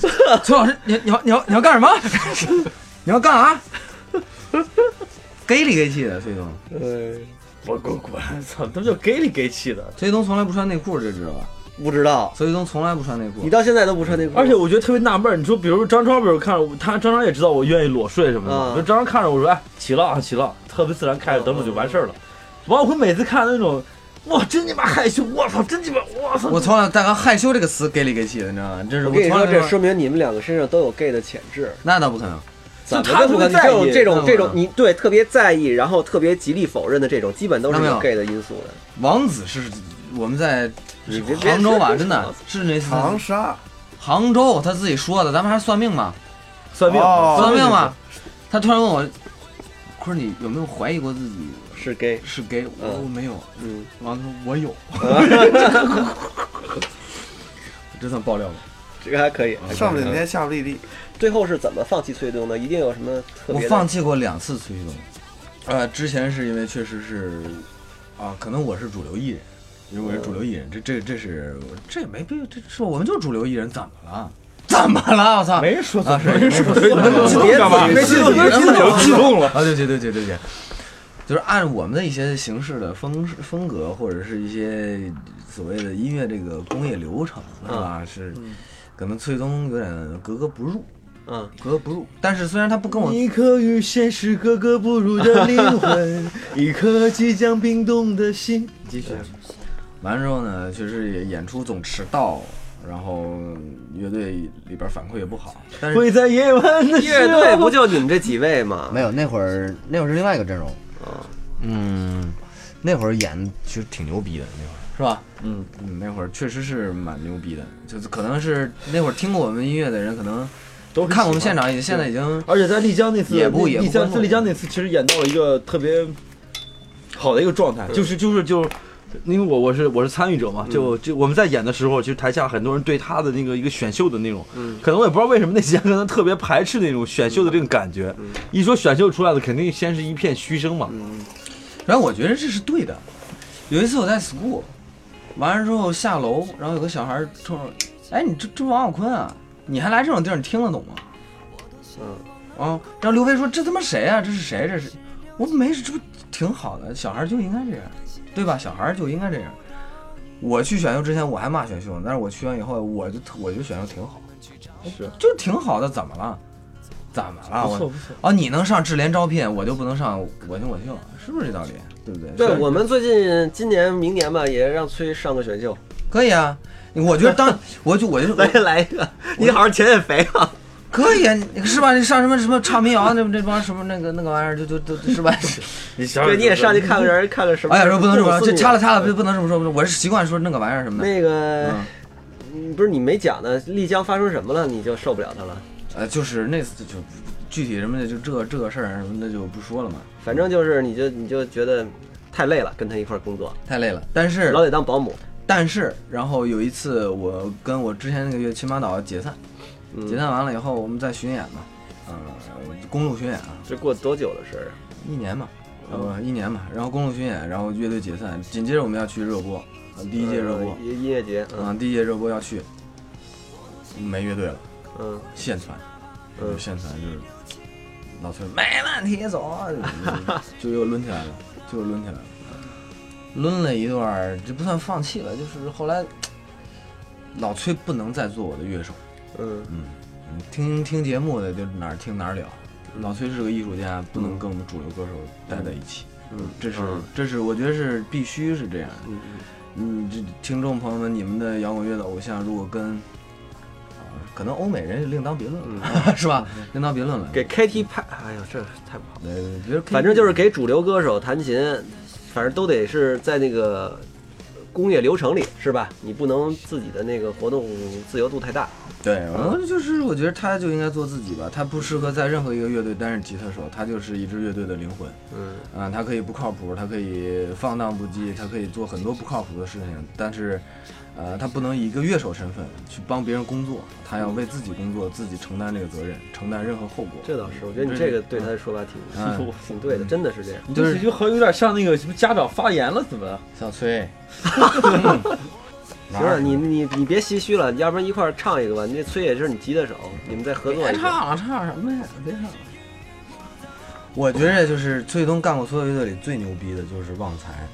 Speaker 3: 崔老师，你你要你要你要干什么？ 你要干啥？ 给里给气的崔东，呃
Speaker 1: 对，
Speaker 2: 我滚滚！操，他们就给里给气的。
Speaker 3: 崔东从来不穿内裤，这知道吧？
Speaker 1: 不知道，
Speaker 3: 崔东从来不穿内
Speaker 1: 你
Speaker 3: 裤。
Speaker 1: 到现在都不穿内裤，
Speaker 2: 而且我觉得特别纳闷儿，你说比如张超，比如看着我他张超也知道我愿意裸睡什么的嘛，
Speaker 1: 嗯
Speaker 2: 就张超看着我说哎起了啊起了，特别自然开着灯笼就完事儿了。王小坤每次看那种，哇真鸡巴害羞，我操真鸡巴，我操
Speaker 3: 我从来，大哥害羞这个词给里给气的，你知道吗？这是
Speaker 1: 我
Speaker 3: 我
Speaker 1: 跟你
Speaker 3: 从
Speaker 1: 说，
Speaker 3: 来
Speaker 1: 这
Speaker 3: 没有
Speaker 1: 说明你们两个身上都有 gay 的潜质。
Speaker 3: 那倒不可能。
Speaker 1: 怎
Speaker 2: 就
Speaker 1: 么
Speaker 2: 他
Speaker 1: 就不
Speaker 2: 不
Speaker 1: 可能？
Speaker 2: 在
Speaker 1: 这种
Speaker 2: 意
Speaker 1: 这种
Speaker 3: 那
Speaker 1: 这种
Speaker 3: 我，
Speaker 1: 你对特别在意，然后特别极力否认的这种，基本都是
Speaker 3: 那没
Speaker 1: 有
Speaker 3: 有
Speaker 1: gay 的因素的。
Speaker 3: 王子是我们在
Speaker 1: 你别
Speaker 3: 杭州吧，
Speaker 1: 别
Speaker 3: 真的是那次
Speaker 4: 长沙
Speaker 3: 嗯杭州他自己说的，咱们还算命嘛，
Speaker 2: 算命
Speaker 4: 哦
Speaker 3: 算命嘛。他突然问我，坤儿，你有没有怀疑过自己
Speaker 1: 是 gay，
Speaker 3: 是 gay？我说
Speaker 1: 嗯
Speaker 3: 我没有。
Speaker 1: 嗯，
Speaker 3: 王哥，我 有。 这算爆料吗？
Speaker 1: 这个还可
Speaker 3: 嗯
Speaker 1: 以。
Speaker 4: 上不顶天下不立地，
Speaker 1: 最后是怎么放弃崔东的？一定有什么特
Speaker 3: 我
Speaker 1: 别的？
Speaker 3: 放弃过两次崔旭东，呃，之前是因为确实是，啊，可能我是主流艺人，因为我是主流艺人，这这这是这也没必要，这是我们就是主流艺人，怎么了？怎么了？我操！
Speaker 2: 没人说
Speaker 3: 啊，是没说，
Speaker 1: 激动干嘛？
Speaker 3: 没
Speaker 1: 激
Speaker 3: 没
Speaker 1: 动
Speaker 3: 有
Speaker 6: 激动了，
Speaker 3: 啊，对对对对对对，就是按我们的一些形式的风式风格，或者是一些所谓的音乐这个工业流程，是吧？是，可能崔东有点格格不入，
Speaker 1: 嗯，
Speaker 3: 格格不入。但是虽然他不跟我，
Speaker 2: 一颗与现实格格不入的灵魂，一颗即将冰冻的心。继续，
Speaker 3: 完之后呢，就是也演出总迟到，然后乐队里边反馈也不好，但是
Speaker 2: 会在夜晚的
Speaker 1: 乐
Speaker 2: 时
Speaker 1: 队
Speaker 2: 候
Speaker 1: 不。就你们这几位吗？
Speaker 8: 没有，那会儿那会儿是另外一个阵容。嗯，那会儿演其实挺牛逼的，那会儿
Speaker 3: 是吧？
Speaker 2: 嗯，
Speaker 3: 嗯，那会儿确实是蛮牛逼的，就是可能是那会儿听过我们音乐的人，可能
Speaker 2: 都
Speaker 3: 看过我们现场，也现在已经。
Speaker 2: 而且在丽江那次，
Speaker 3: 也不也不
Speaker 2: 丽江
Speaker 3: 关注
Speaker 2: 在丽江那次，其实演到了一个特别好的一个状态，就是就是就是，因为我我是我是参与者嘛，就就我们在演的时候，其实台下很多人对他的那个一个选秀的那种，可能我也不知道为什么那些人可能特别排斥那种选秀的这种感觉，一说选秀出来的，肯定先是一片嘘声嘛，
Speaker 3: 然后我觉得这是对的。有一次我在 school，完了之后下楼，然后有个小孩冲着我，哎，你这这王小坤啊，你还来这种地儿，你听得懂吗？嗯，啊，然后刘飞说这他妈谁啊？这是谁？这是我没事，这不挺好的？小孩就应该这样，对吧？小孩就应该这样。我去选秀之前我还骂选秀呢，但是我去完以后，我就特我觉得选秀挺好，
Speaker 2: 是
Speaker 3: 就是挺好的，怎么了？怎么了？
Speaker 2: 不错
Speaker 3: 我
Speaker 2: 不错，
Speaker 3: 啊，你能上智联招聘，我就不能上我行我秀，是不是这道理？对不对？
Speaker 1: 对我们最近今年、明年吧，也让崔上个选 秀，
Speaker 3: 可以啊，我觉得 当我就我就
Speaker 1: 来来一个，你好好减减肥啊！
Speaker 3: 可以啊，你是吧？你上什么什么唱民谣啊那那帮什么那个那个玩意儿，就就就 就是吧？
Speaker 2: 你想
Speaker 1: 对，你也上去看个 人，看个什么？啊
Speaker 3: 哎呀，说不能这么说，
Speaker 1: 这
Speaker 3: 这掐了掐了，不不能这么说，不是我是习惯说那个玩意儿什么的。
Speaker 1: 那个
Speaker 3: 嗯，
Speaker 1: 嗯不是你没讲呢，丽江发生什么了，你就受不了他了。
Speaker 3: 呃，就是那次就具体什么的，就这这个事儿什么的就不说了嘛，
Speaker 1: 反正就是，你就你就觉得太累了，跟他一块儿工作，
Speaker 3: 太累了。但是
Speaker 1: 老得当保姆。
Speaker 3: 但是，然后有一次我跟我之前那个乐青马岛解散，
Speaker 1: 嗯
Speaker 3: 解散完了以后我们在巡演嘛，呃，公路巡演啊，
Speaker 1: 这过多久的事儿啊？
Speaker 3: 一年嘛，呃，不一年嘛，然后公路巡演，然后乐队解散，紧接着我们要去热播，呃第一届热播
Speaker 1: 嗯，音音乐节，
Speaker 3: 啊、
Speaker 1: 嗯
Speaker 3: 第一届热播要去，没乐队了，
Speaker 1: 嗯
Speaker 3: 现传，
Speaker 1: 嗯
Speaker 3: 就现传就是老崔没问题，走啊，就又抡起来了，就又抡起来了，抡了一段儿，这不算放弃了，就是后来老崔不能再做我的乐手，
Speaker 1: 嗯
Speaker 3: 嗯听听节目的就哪儿听哪儿了，老崔是个艺术家，不能跟我们主流歌手待在一起。
Speaker 4: 嗯
Speaker 5: 这是
Speaker 1: 嗯
Speaker 5: 这是我觉得是必须是这样的。
Speaker 4: 嗯
Speaker 5: 嗯，这听众朋友们，你们的摇滚乐的偶像如果跟，啊可能欧美人就另当别论了， 是吧？另当别论了。
Speaker 1: 嗯给 Katy p 哎呦，这太不好。
Speaker 5: 呃，比如
Speaker 1: 反正就是给主流歌手弹琴，反正都得是在那个呃工业流程里，是吧？你不能自己的那个活动自由度太大。
Speaker 5: 对，嗯，就是我觉得他就应该做自己吧，他不适合在任何一个乐队担任吉他手，他就是一支乐队的灵魂。
Speaker 1: 嗯，
Speaker 5: 嗯，他可以不靠谱，他可以放荡不羁，他可以做很多不靠谱的事情，但是，呃，他不能以一个乐手身份去帮别人工作，他要为自己工作，自己承担这个责任，承担任何后果。
Speaker 1: 这倒是，我觉得你这个对他的说法挺、
Speaker 5: 嗯
Speaker 1: 挺对的，真的是这样。
Speaker 2: 你
Speaker 5: 就
Speaker 2: 这
Speaker 5: 是
Speaker 2: 就好像有点像那个什么家长发言了，怎么？
Speaker 5: 小崔，
Speaker 1: 行了，你你你别唏嘘了，要不然一块儿唱一个吧。你这崔也是你吉他手，你们再合作
Speaker 5: 别
Speaker 1: 一下。
Speaker 5: 唱了，唱什么呀？别唱了。 我觉着就是崔东干过所有乐队里最牛逼的就是旺财，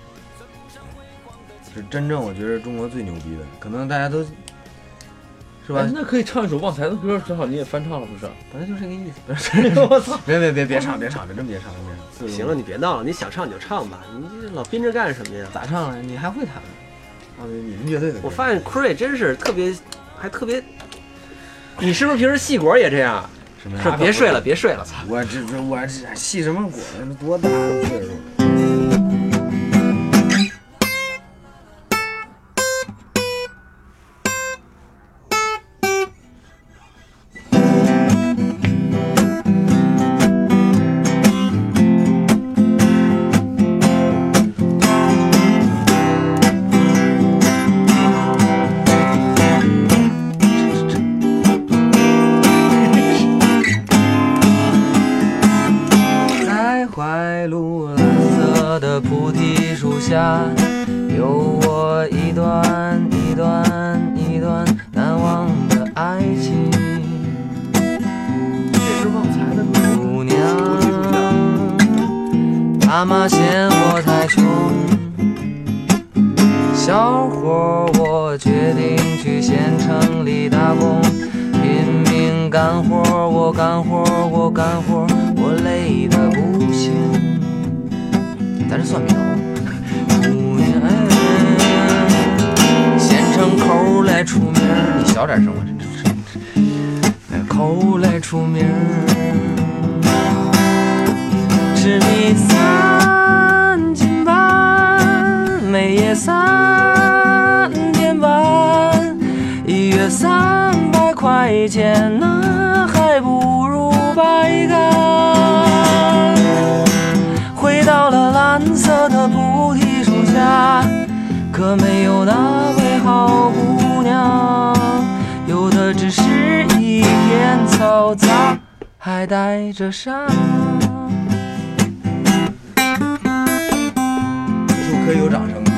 Speaker 5: 是真正我觉得中国最牛逼的，可能大家都是吧
Speaker 2: 哎？那可以唱一首旺财的歌，正好你也翻唱了，不是？
Speaker 5: 本来就这个意思。不是 别别别别唱，别唱，别真别唱，别唱。崔东
Speaker 1: 行了，，你别闹了，你想唱你就唱吧，你这老憋着干什么呀？
Speaker 5: 咋唱了？你还会弹？啊，对你们乐队的歌。
Speaker 1: 我发现坤瑞真是特别，还特别。你是不是平时戏果也这样？
Speaker 5: 什么
Speaker 1: 是
Speaker 5: 呀？
Speaker 1: 别睡了，别睡了，操！
Speaker 5: 我这这我这哎戏什么果？多大的岁数？
Speaker 3: 在怀路蓝色的菩提树下，有我一段一段一段难忘的爱情。这是旺财的姑娘，妈妈嫌我太穷，小伙儿我决定去县城里打工。拼命干活儿，我干活儿，我干活儿，我累得不行。咱这算命啊，姑娘，县城口儿来出名儿，你小点声，我这这这，哎口儿来出名儿，执迷三更半，每夜三点半。一月三百块钱呐，还不如白干。回到了蓝色的菩提树下，可没有那位好姑娘，有的只是一片嘈杂，还带着伤。
Speaker 5: 这首可以有掌声吗？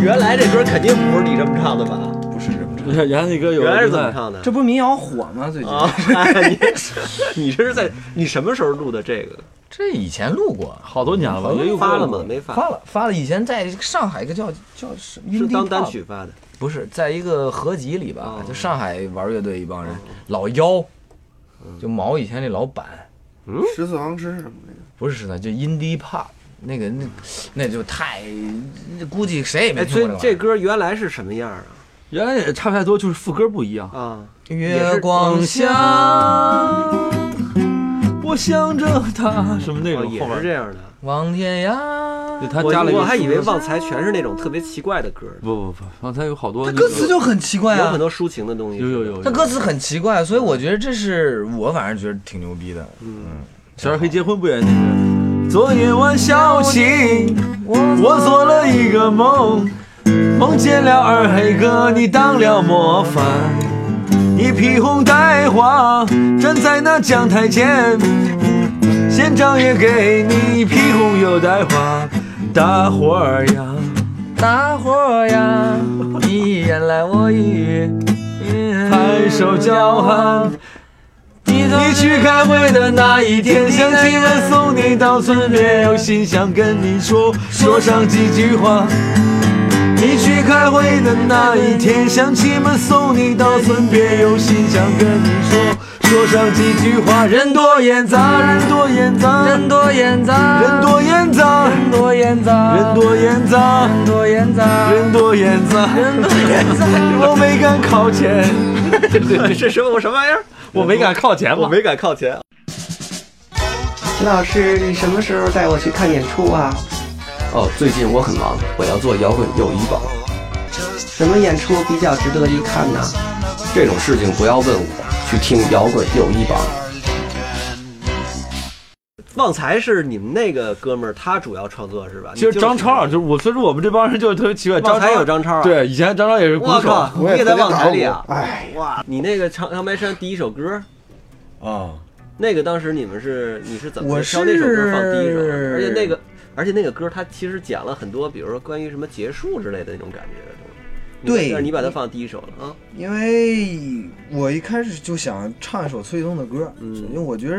Speaker 1: 原来这歌肯定不是你这么唱的吧？
Speaker 5: 不是这么唱。
Speaker 2: 原来那歌有
Speaker 1: 原来是怎么唱的？
Speaker 5: 这不是民谣火吗？最近
Speaker 1: 啊， 哎你 你这是在你什么时候录的这个？
Speaker 3: 这以前录过，
Speaker 2: 好多年了吧？
Speaker 1: 没
Speaker 2: 又
Speaker 1: 发了吗？？没发，
Speaker 3: 发了发了，以前在上海一个叫叫什么
Speaker 1: 是
Speaker 3: Indie
Speaker 1: 当单
Speaker 3: Pub
Speaker 1: 曲发的。
Speaker 3: 不是，在一个合集里吧
Speaker 1: 哦，
Speaker 3: 就上海玩乐队一帮人，老妖，就毛以前那老板，
Speaker 4: 十四行诗什么的，
Speaker 3: 不是石头，就 indie pop 那个那那就太，那估计谁也
Speaker 1: 哎，
Speaker 3: 没
Speaker 1: 所
Speaker 3: 听
Speaker 1: 以
Speaker 3: 过
Speaker 1: 这
Speaker 3: 这玩意
Speaker 1: 歌原来是什么样啊？
Speaker 2: 原来也差不太多，就是副歌不一样。
Speaker 1: 啊，
Speaker 3: 儿
Speaker 1: 也是
Speaker 3: 月光下，
Speaker 2: 我想着他什么那
Speaker 1: 哦
Speaker 2: 种
Speaker 1: 也
Speaker 2: 后
Speaker 1: 是
Speaker 2: 面，
Speaker 1: 这样的。
Speaker 3: 望天
Speaker 2: 就
Speaker 3: 涯。
Speaker 2: 他
Speaker 1: 我
Speaker 2: 加了一个
Speaker 1: 我还以为
Speaker 2: 副歌
Speaker 1: 旺财全是那种特别奇怪的歌，
Speaker 2: 不不不，刚才有好多
Speaker 3: 他
Speaker 2: 那
Speaker 3: 歌
Speaker 2: 个
Speaker 3: 词就很奇怪
Speaker 1: 有很
Speaker 3: 啊，
Speaker 1: 多抒情的东西。
Speaker 2: 有有 有，
Speaker 3: 他歌词很奇怪，所以我
Speaker 2: 嗯
Speaker 3: 觉得这是我反正觉得挺牛逼的。
Speaker 1: 嗯，
Speaker 2: 小二黑结婚不也那个？昨夜晚小溪，
Speaker 3: 我
Speaker 2: 我做了一个梦，梦见了二黑哥，你当了模范。你披红戴花，站在那讲台前，县长也给你披红又戴花，大伙儿呀，
Speaker 3: 大伙儿呀，你一言来我一语，
Speaker 2: 拍手叫喊。
Speaker 3: 低头
Speaker 2: 你去开会的那一天，乡亲们送你到村边，有心想跟你说说上几句话。你去开会的那一天，乡亲们送你到村边，有心想跟你说说上几句话，人多眼杂，人多眼杂，
Speaker 9: 人多眼杂，
Speaker 2: 人多眼杂，
Speaker 9: 人多眼杂，
Speaker 2: 人多眼杂，
Speaker 9: 人多眼杂，
Speaker 2: 人多眼杂，
Speaker 9: 人多眼杂。
Speaker 2: 我没敢靠前，
Speaker 1: 是什么我什么玩意儿？
Speaker 2: 我没敢靠前
Speaker 1: 我
Speaker 2: 嘛。
Speaker 1: 没敢靠前。
Speaker 10: 秦老师，你什么时候带我去看演出啊？
Speaker 11: 哦，最近我很忙，我要做摇滚又医保，
Speaker 10: 什么演出比较值得一看呢？
Speaker 11: 这种事情不要问我，去听摇滚又医保。
Speaker 1: 旺财是你们那个哥们儿，他主要创作是吧？
Speaker 2: 其实张超，啊
Speaker 1: 你
Speaker 2: 就是我，所以说我们这帮人就是特别奇怪。
Speaker 1: 就是
Speaker 2: 张
Speaker 1: 旺
Speaker 2: 超
Speaker 1: 财有张超啊？，
Speaker 2: 对，以前张超也是鼓
Speaker 1: 我
Speaker 2: 手
Speaker 1: 靠，，你也在旺财里啊？
Speaker 4: 哎，
Speaker 1: 哇，你那个长长白山第一首歌，
Speaker 3: 啊，
Speaker 1: 那个当时你们是你是怎么
Speaker 3: 我
Speaker 1: 挑那首歌放第一首的？
Speaker 3: 是
Speaker 1: 而且那个而且那个歌它其实讲了很多，比如说关于什么结束之类的那种感觉的东西。你
Speaker 3: 对
Speaker 1: 但是你把它放第一首了啊？
Speaker 3: 因为我一开始就想唱一首崔东的歌，
Speaker 1: 嗯
Speaker 3: 因为我觉得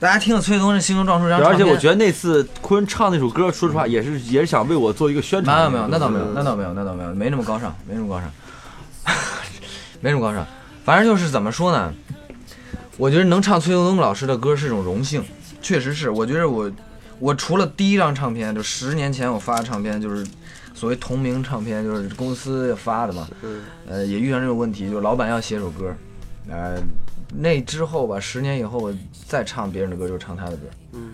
Speaker 3: 大家听了崔东这《新歌撞出这张
Speaker 2: 对
Speaker 3: 唱
Speaker 2: 而
Speaker 3: 片
Speaker 2: 且我觉得那次坤唱那首歌，说实话也是也是想为我做一个宣传。
Speaker 3: 没有没有，那倒没有，那倒没有，那倒没有，没那么高尚，没那么高尚，没什么高尚。反正就是怎么说呢，我觉得能唱崔永东老师的歌是一种荣幸，确实是。我觉得我我除了第一张唱片，就十年前我发的唱片，就是所谓同名唱片，就是公司发的嘛。
Speaker 1: 嗯。
Speaker 3: 呃，也遇上这种问题，就是老板要写首歌，呃，那之后吧，十年以后我再唱别人的歌，就是唱他的歌。
Speaker 1: 嗯。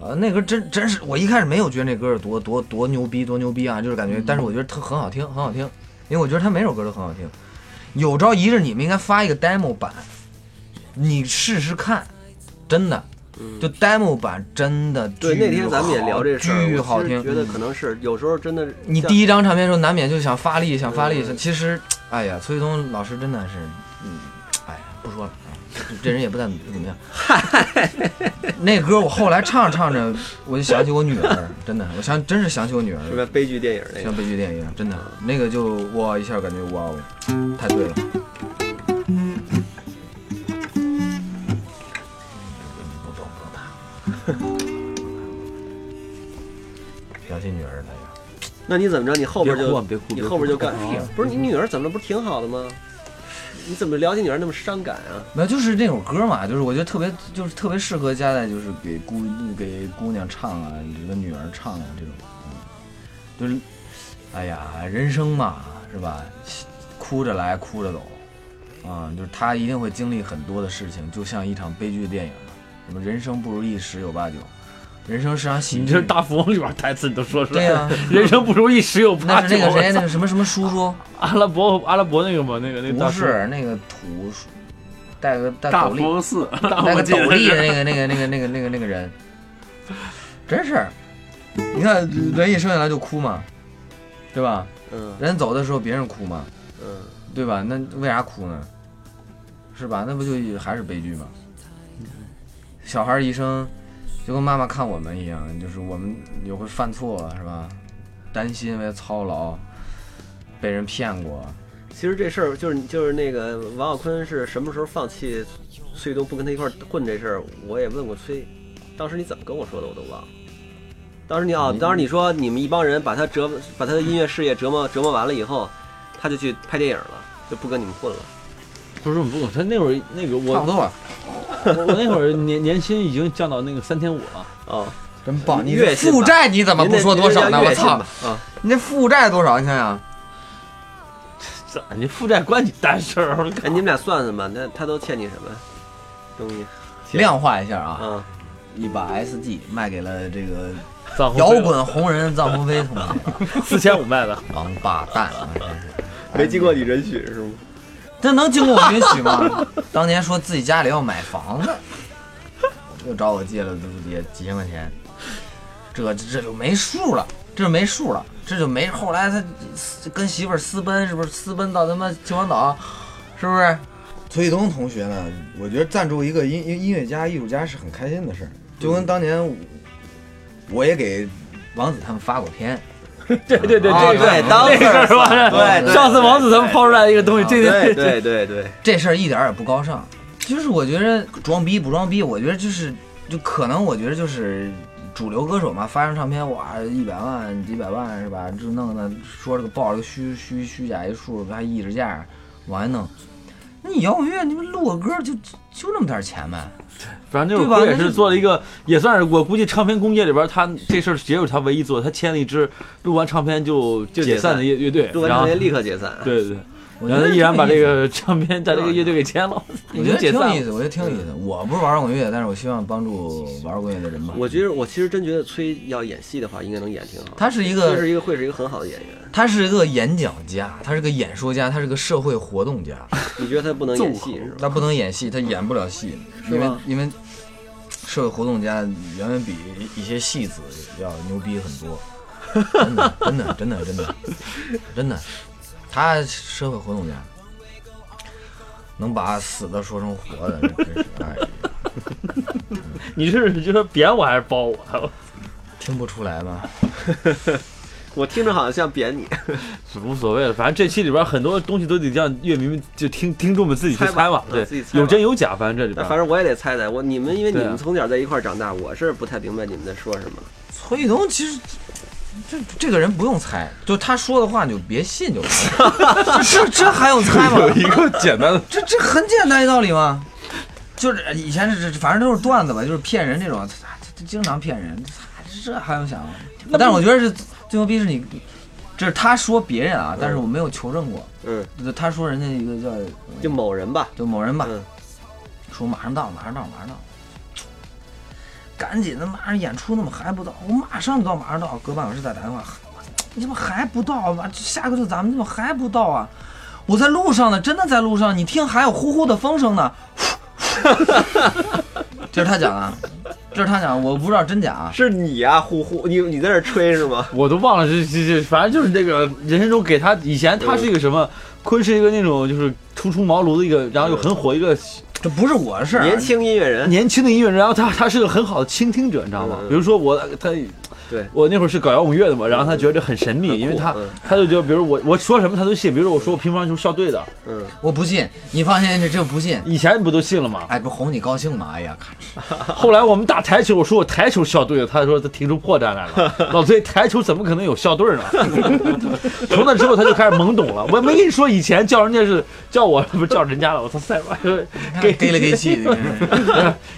Speaker 3: 啊，那歌真真是，我一开始没有觉得那歌有多多多牛逼，多牛逼啊，就是感觉，但是我觉得特很好听，很好听，因为我觉得他每首歌都很好听。有朝一日你们应该发一个 demo 版，你试试看，真的，就 demo 版真的巨
Speaker 1: 对，那天咱们也
Speaker 3: 好
Speaker 1: 聊这事儿，
Speaker 3: 巨
Speaker 1: 我
Speaker 3: 好
Speaker 1: 其实
Speaker 3: 听。嗯
Speaker 1: 觉得可能是有时候真的像。
Speaker 3: 你第一张唱片的时候难免就想发力，想发力，
Speaker 1: 嗯
Speaker 3: 想其实，哎呀，崔东老师真的是，嗯，哎呀，不说了，哎这人也不太怎么样。 那歌我后来唱着唱着，我就想起我女儿，真的，我想真是想起我女儿，
Speaker 1: 什么悲剧电影那个
Speaker 3: 像？悲剧电影一样，真的，那个就哇一下感觉哇哦，太对了。 想起女儿哎来着。
Speaker 1: 那你怎么着？你后边
Speaker 2: 别哭
Speaker 1: 就
Speaker 2: 啊别哭
Speaker 1: 你
Speaker 2: 别哭
Speaker 1: 后边就干？不是你女儿怎么了？不是挺好的吗？你怎么聊起女儿那么伤感啊？
Speaker 3: 没有，就是那首歌嘛，就是我觉得特别，就是特别适合加在就是给姑给姑娘唱啊，这个女儿唱啊这种，嗯就是，哎呀，人生嘛，是吧？哭着来，哭着走，啊、就是她一定会经历很多的事情，就像一场悲剧电影嘛，什么人生不如意十有八九，人生是场喜剧。
Speaker 2: 你这是大富翁里边台词你都说出来
Speaker 3: 对呀、
Speaker 2: 了。人生不如意十有八
Speaker 3: 那是
Speaker 2: 九。
Speaker 3: 那个谁，
Speaker 2: 我
Speaker 3: 那
Speaker 2: 操
Speaker 3: 个什么什么叔叔，
Speaker 2: 阿拉伯阿拉伯那个嘛，那个那个大
Speaker 3: 不
Speaker 2: 叔
Speaker 3: 是那个土叔，戴个戴
Speaker 12: 大富
Speaker 3: 斗笠，
Speaker 12: 翁四，
Speaker 3: 那
Speaker 12: 那
Speaker 3: 个斗笠的那个那个那个那个那个那个人，真是，你看人一生下来就哭嘛，对吧？
Speaker 1: 嗯
Speaker 3: 人走的时候别人哭嘛，
Speaker 1: 嗯，
Speaker 3: 对吧？那为啥哭呢？是吧？那不就还是悲剧吗？小孩一生就跟妈妈看我们一样，就是我们也会犯错，啊是吧？担心为操劳，被人骗过，
Speaker 1: 其实这事儿就是就是那个王小坤是什么时候放弃崔东不跟他一块儿混这事儿？我也问过崔，当时你怎么跟我说的我都忘了。当时你啊，当时你说你们一帮人把他折磨，把他的音乐事业折磨折磨完了以后，他就去拍电影了，就不跟你们混了。
Speaker 2: 不是不是，他那会儿那个
Speaker 3: 差不
Speaker 2: 我
Speaker 3: 多吧。
Speaker 2: 我我那会儿年年薪已经降到那个三千五了。
Speaker 1: 哦，
Speaker 3: 真棒！你
Speaker 1: 月薪吧
Speaker 3: 负债你怎么不说多少呢？我操！
Speaker 1: 啊，
Speaker 3: 你那负债多少？你想想，
Speaker 2: 咋？你负债关你蛋事儿？我
Speaker 1: 哎，你们俩算算吧，那他都欠你什么东西？
Speaker 3: 量化一下啊，
Speaker 1: 啊，
Speaker 3: 一把 SG 卖给了这个
Speaker 2: 藏红
Speaker 3: 摇滚红人藏鸿飞同学，
Speaker 2: 四千五卖的，
Speaker 3: 王八蛋啊！真是
Speaker 1: 没经过你允许是吗？
Speaker 3: 这能经过我允许吗？ 当年说自己家里要买房子，又找我借了也几千块钱，这这就没数了，这就没数了，这就没。后来他私跟媳妇儿私奔，是不是私奔到他妈秦皇岛？是不是？崔东同学呢？我觉得赞助一个音音音乐家、艺术家是很开心的事儿，就跟当年我我也给王子他们发过片，
Speaker 2: 对对对，
Speaker 1: 啊
Speaker 2: 这个
Speaker 1: 对当
Speaker 2: 这个
Speaker 1: 时
Speaker 2: 是吧？
Speaker 1: 对对
Speaker 2: 上次王子他们抛出来一个
Speaker 3: 啊
Speaker 2: 东西，这
Speaker 1: 对
Speaker 2: 个
Speaker 1: 对对对，
Speaker 3: 这事儿一点儿也不高尚。就是我觉着装逼不装逼，我觉得就是就可能我觉得就是主流歌手嘛，发张唱片哇一百万几百万是吧？就弄的说这个报这个虚虚虚假一数，还溢着价往外弄。你摇滚乐，你们录个歌就就就那么点钱呗。
Speaker 2: 反正那
Speaker 3: 对
Speaker 2: 首
Speaker 3: 吧
Speaker 2: 歌也
Speaker 3: 那
Speaker 2: 是
Speaker 3: 就
Speaker 2: 做了一个，也算是我估计唱片工业里边，他这事儿也有他唯一做的，他签了一支录完唱片就
Speaker 1: 就
Speaker 2: 解
Speaker 1: 解
Speaker 2: 散
Speaker 1: 散
Speaker 2: 的乐乐队，
Speaker 1: 录完
Speaker 2: 然
Speaker 1: 唱
Speaker 2: 后
Speaker 1: 片立刻解散。
Speaker 2: 对对对，
Speaker 3: 我觉
Speaker 2: 然后
Speaker 3: 得
Speaker 2: 他依然把这
Speaker 3: 挺有意
Speaker 2: 个唱片在这个乐队给签了，
Speaker 3: 思，
Speaker 2: 已
Speaker 3: 我觉
Speaker 2: 经
Speaker 3: 得
Speaker 2: 解
Speaker 3: 挺有
Speaker 2: 散
Speaker 3: 意
Speaker 2: 了。嗯
Speaker 3: 思，我觉得挺有意思。我不是玩滚乐，但是我希望帮助玩滚乐的人吧。
Speaker 1: 我觉得我其实真觉得崔要演戏的话，应该能演挺好。
Speaker 3: 他是一
Speaker 1: 崔
Speaker 3: 个
Speaker 1: 是一个会是一个很好的演员，
Speaker 3: 他是一个演讲家，他是个演说家，他是个社会活动家。
Speaker 1: 你觉得他不能演戏是吧？
Speaker 3: 他不能演戏，他演不了戏，因为
Speaker 1: 吗
Speaker 3: 因为社会活动家远远比一些戏子要牛逼很多，真的真的真的真的真的，他社会活动家能把死的说成活的，真是哎，
Speaker 2: 你是你就说贬我还是啊褒我？
Speaker 3: 听不出来吗？
Speaker 1: 我听着好像像贬你，
Speaker 2: 无所谓了，反正这期里边很多东西都得让乐迷们就听听众们自己去
Speaker 1: 猜吧
Speaker 2: 猜吧，
Speaker 1: 嗯
Speaker 2: 对
Speaker 1: 自己，猜吧
Speaker 2: 有真有假，反正这里
Speaker 1: 但
Speaker 2: 边
Speaker 1: 反正我也得猜猜。我你们因为你
Speaker 2: 啊对啊
Speaker 1: 们从小在一块儿长大，我是不太明白你们在说什么。
Speaker 3: 崔雨桐其实这这个人不用猜，就他说的话你就别信就完了， 这这这还用猜吗？
Speaker 6: 有一个简单的，
Speaker 3: 这这很简单一道理嘛，就是以前是反正都是段子吧，就是骗人这种，他他他经常骗人，他这还用想？但是我觉得是最牛逼是你，这是他说别人啊，但是我没有求证过，
Speaker 1: 嗯，
Speaker 3: 就是他说人家一个叫
Speaker 1: 就某人吧，
Speaker 3: 就某人吧，
Speaker 1: 嗯
Speaker 3: 说马上到，马上到，马上到，赶紧的，马上演出，那么还不到？我马上到，马上到，隔半小时再打电话，我你怎么还不到啊？妈下个就咱们怎么还不到啊？我在路上呢，真的在路上，你听还有呼呼的风声呢。 这是他讲啊，这是他讲，我不知道真假啊。
Speaker 1: 是你啊，呼呼，你你在这儿吹是 吗？
Speaker 2: 我都忘了这这这，反正就是这个人生中给他以前他是一个什么，坤是一个那种就是初出茅庐的一个，然后又很火一个
Speaker 3: 这不是我的事儿啊，
Speaker 1: 年轻音乐人，
Speaker 2: 年轻的音乐人，然后他他是个很好的倾听者，你知道吗？
Speaker 1: 嗯嗯
Speaker 2: 比如说我他，
Speaker 1: 对
Speaker 2: 我那会儿是搞摇滚乐的嘛，然后他觉得很神秘，
Speaker 1: 很酷
Speaker 2: 因为他、
Speaker 1: 嗯
Speaker 2: 他就觉得，比如我我说什么他都信，比如说我说我乒乓球校队的，
Speaker 1: 嗯，
Speaker 3: 我不信，你放心，这这不信。
Speaker 2: 以前不都信 了吗？
Speaker 3: 哎，不哄你高兴吗？哎呀，看
Speaker 2: 后来我们打台球，我说我台球校队的，他说他听出破绽来 了，老崔台球怎么可能有校队呢？ 从那之后他就开始懵懂了，我没跟你说以前叫人家是叫我 不是叫人家了，我操塞吧， 给
Speaker 3: 给了给气的，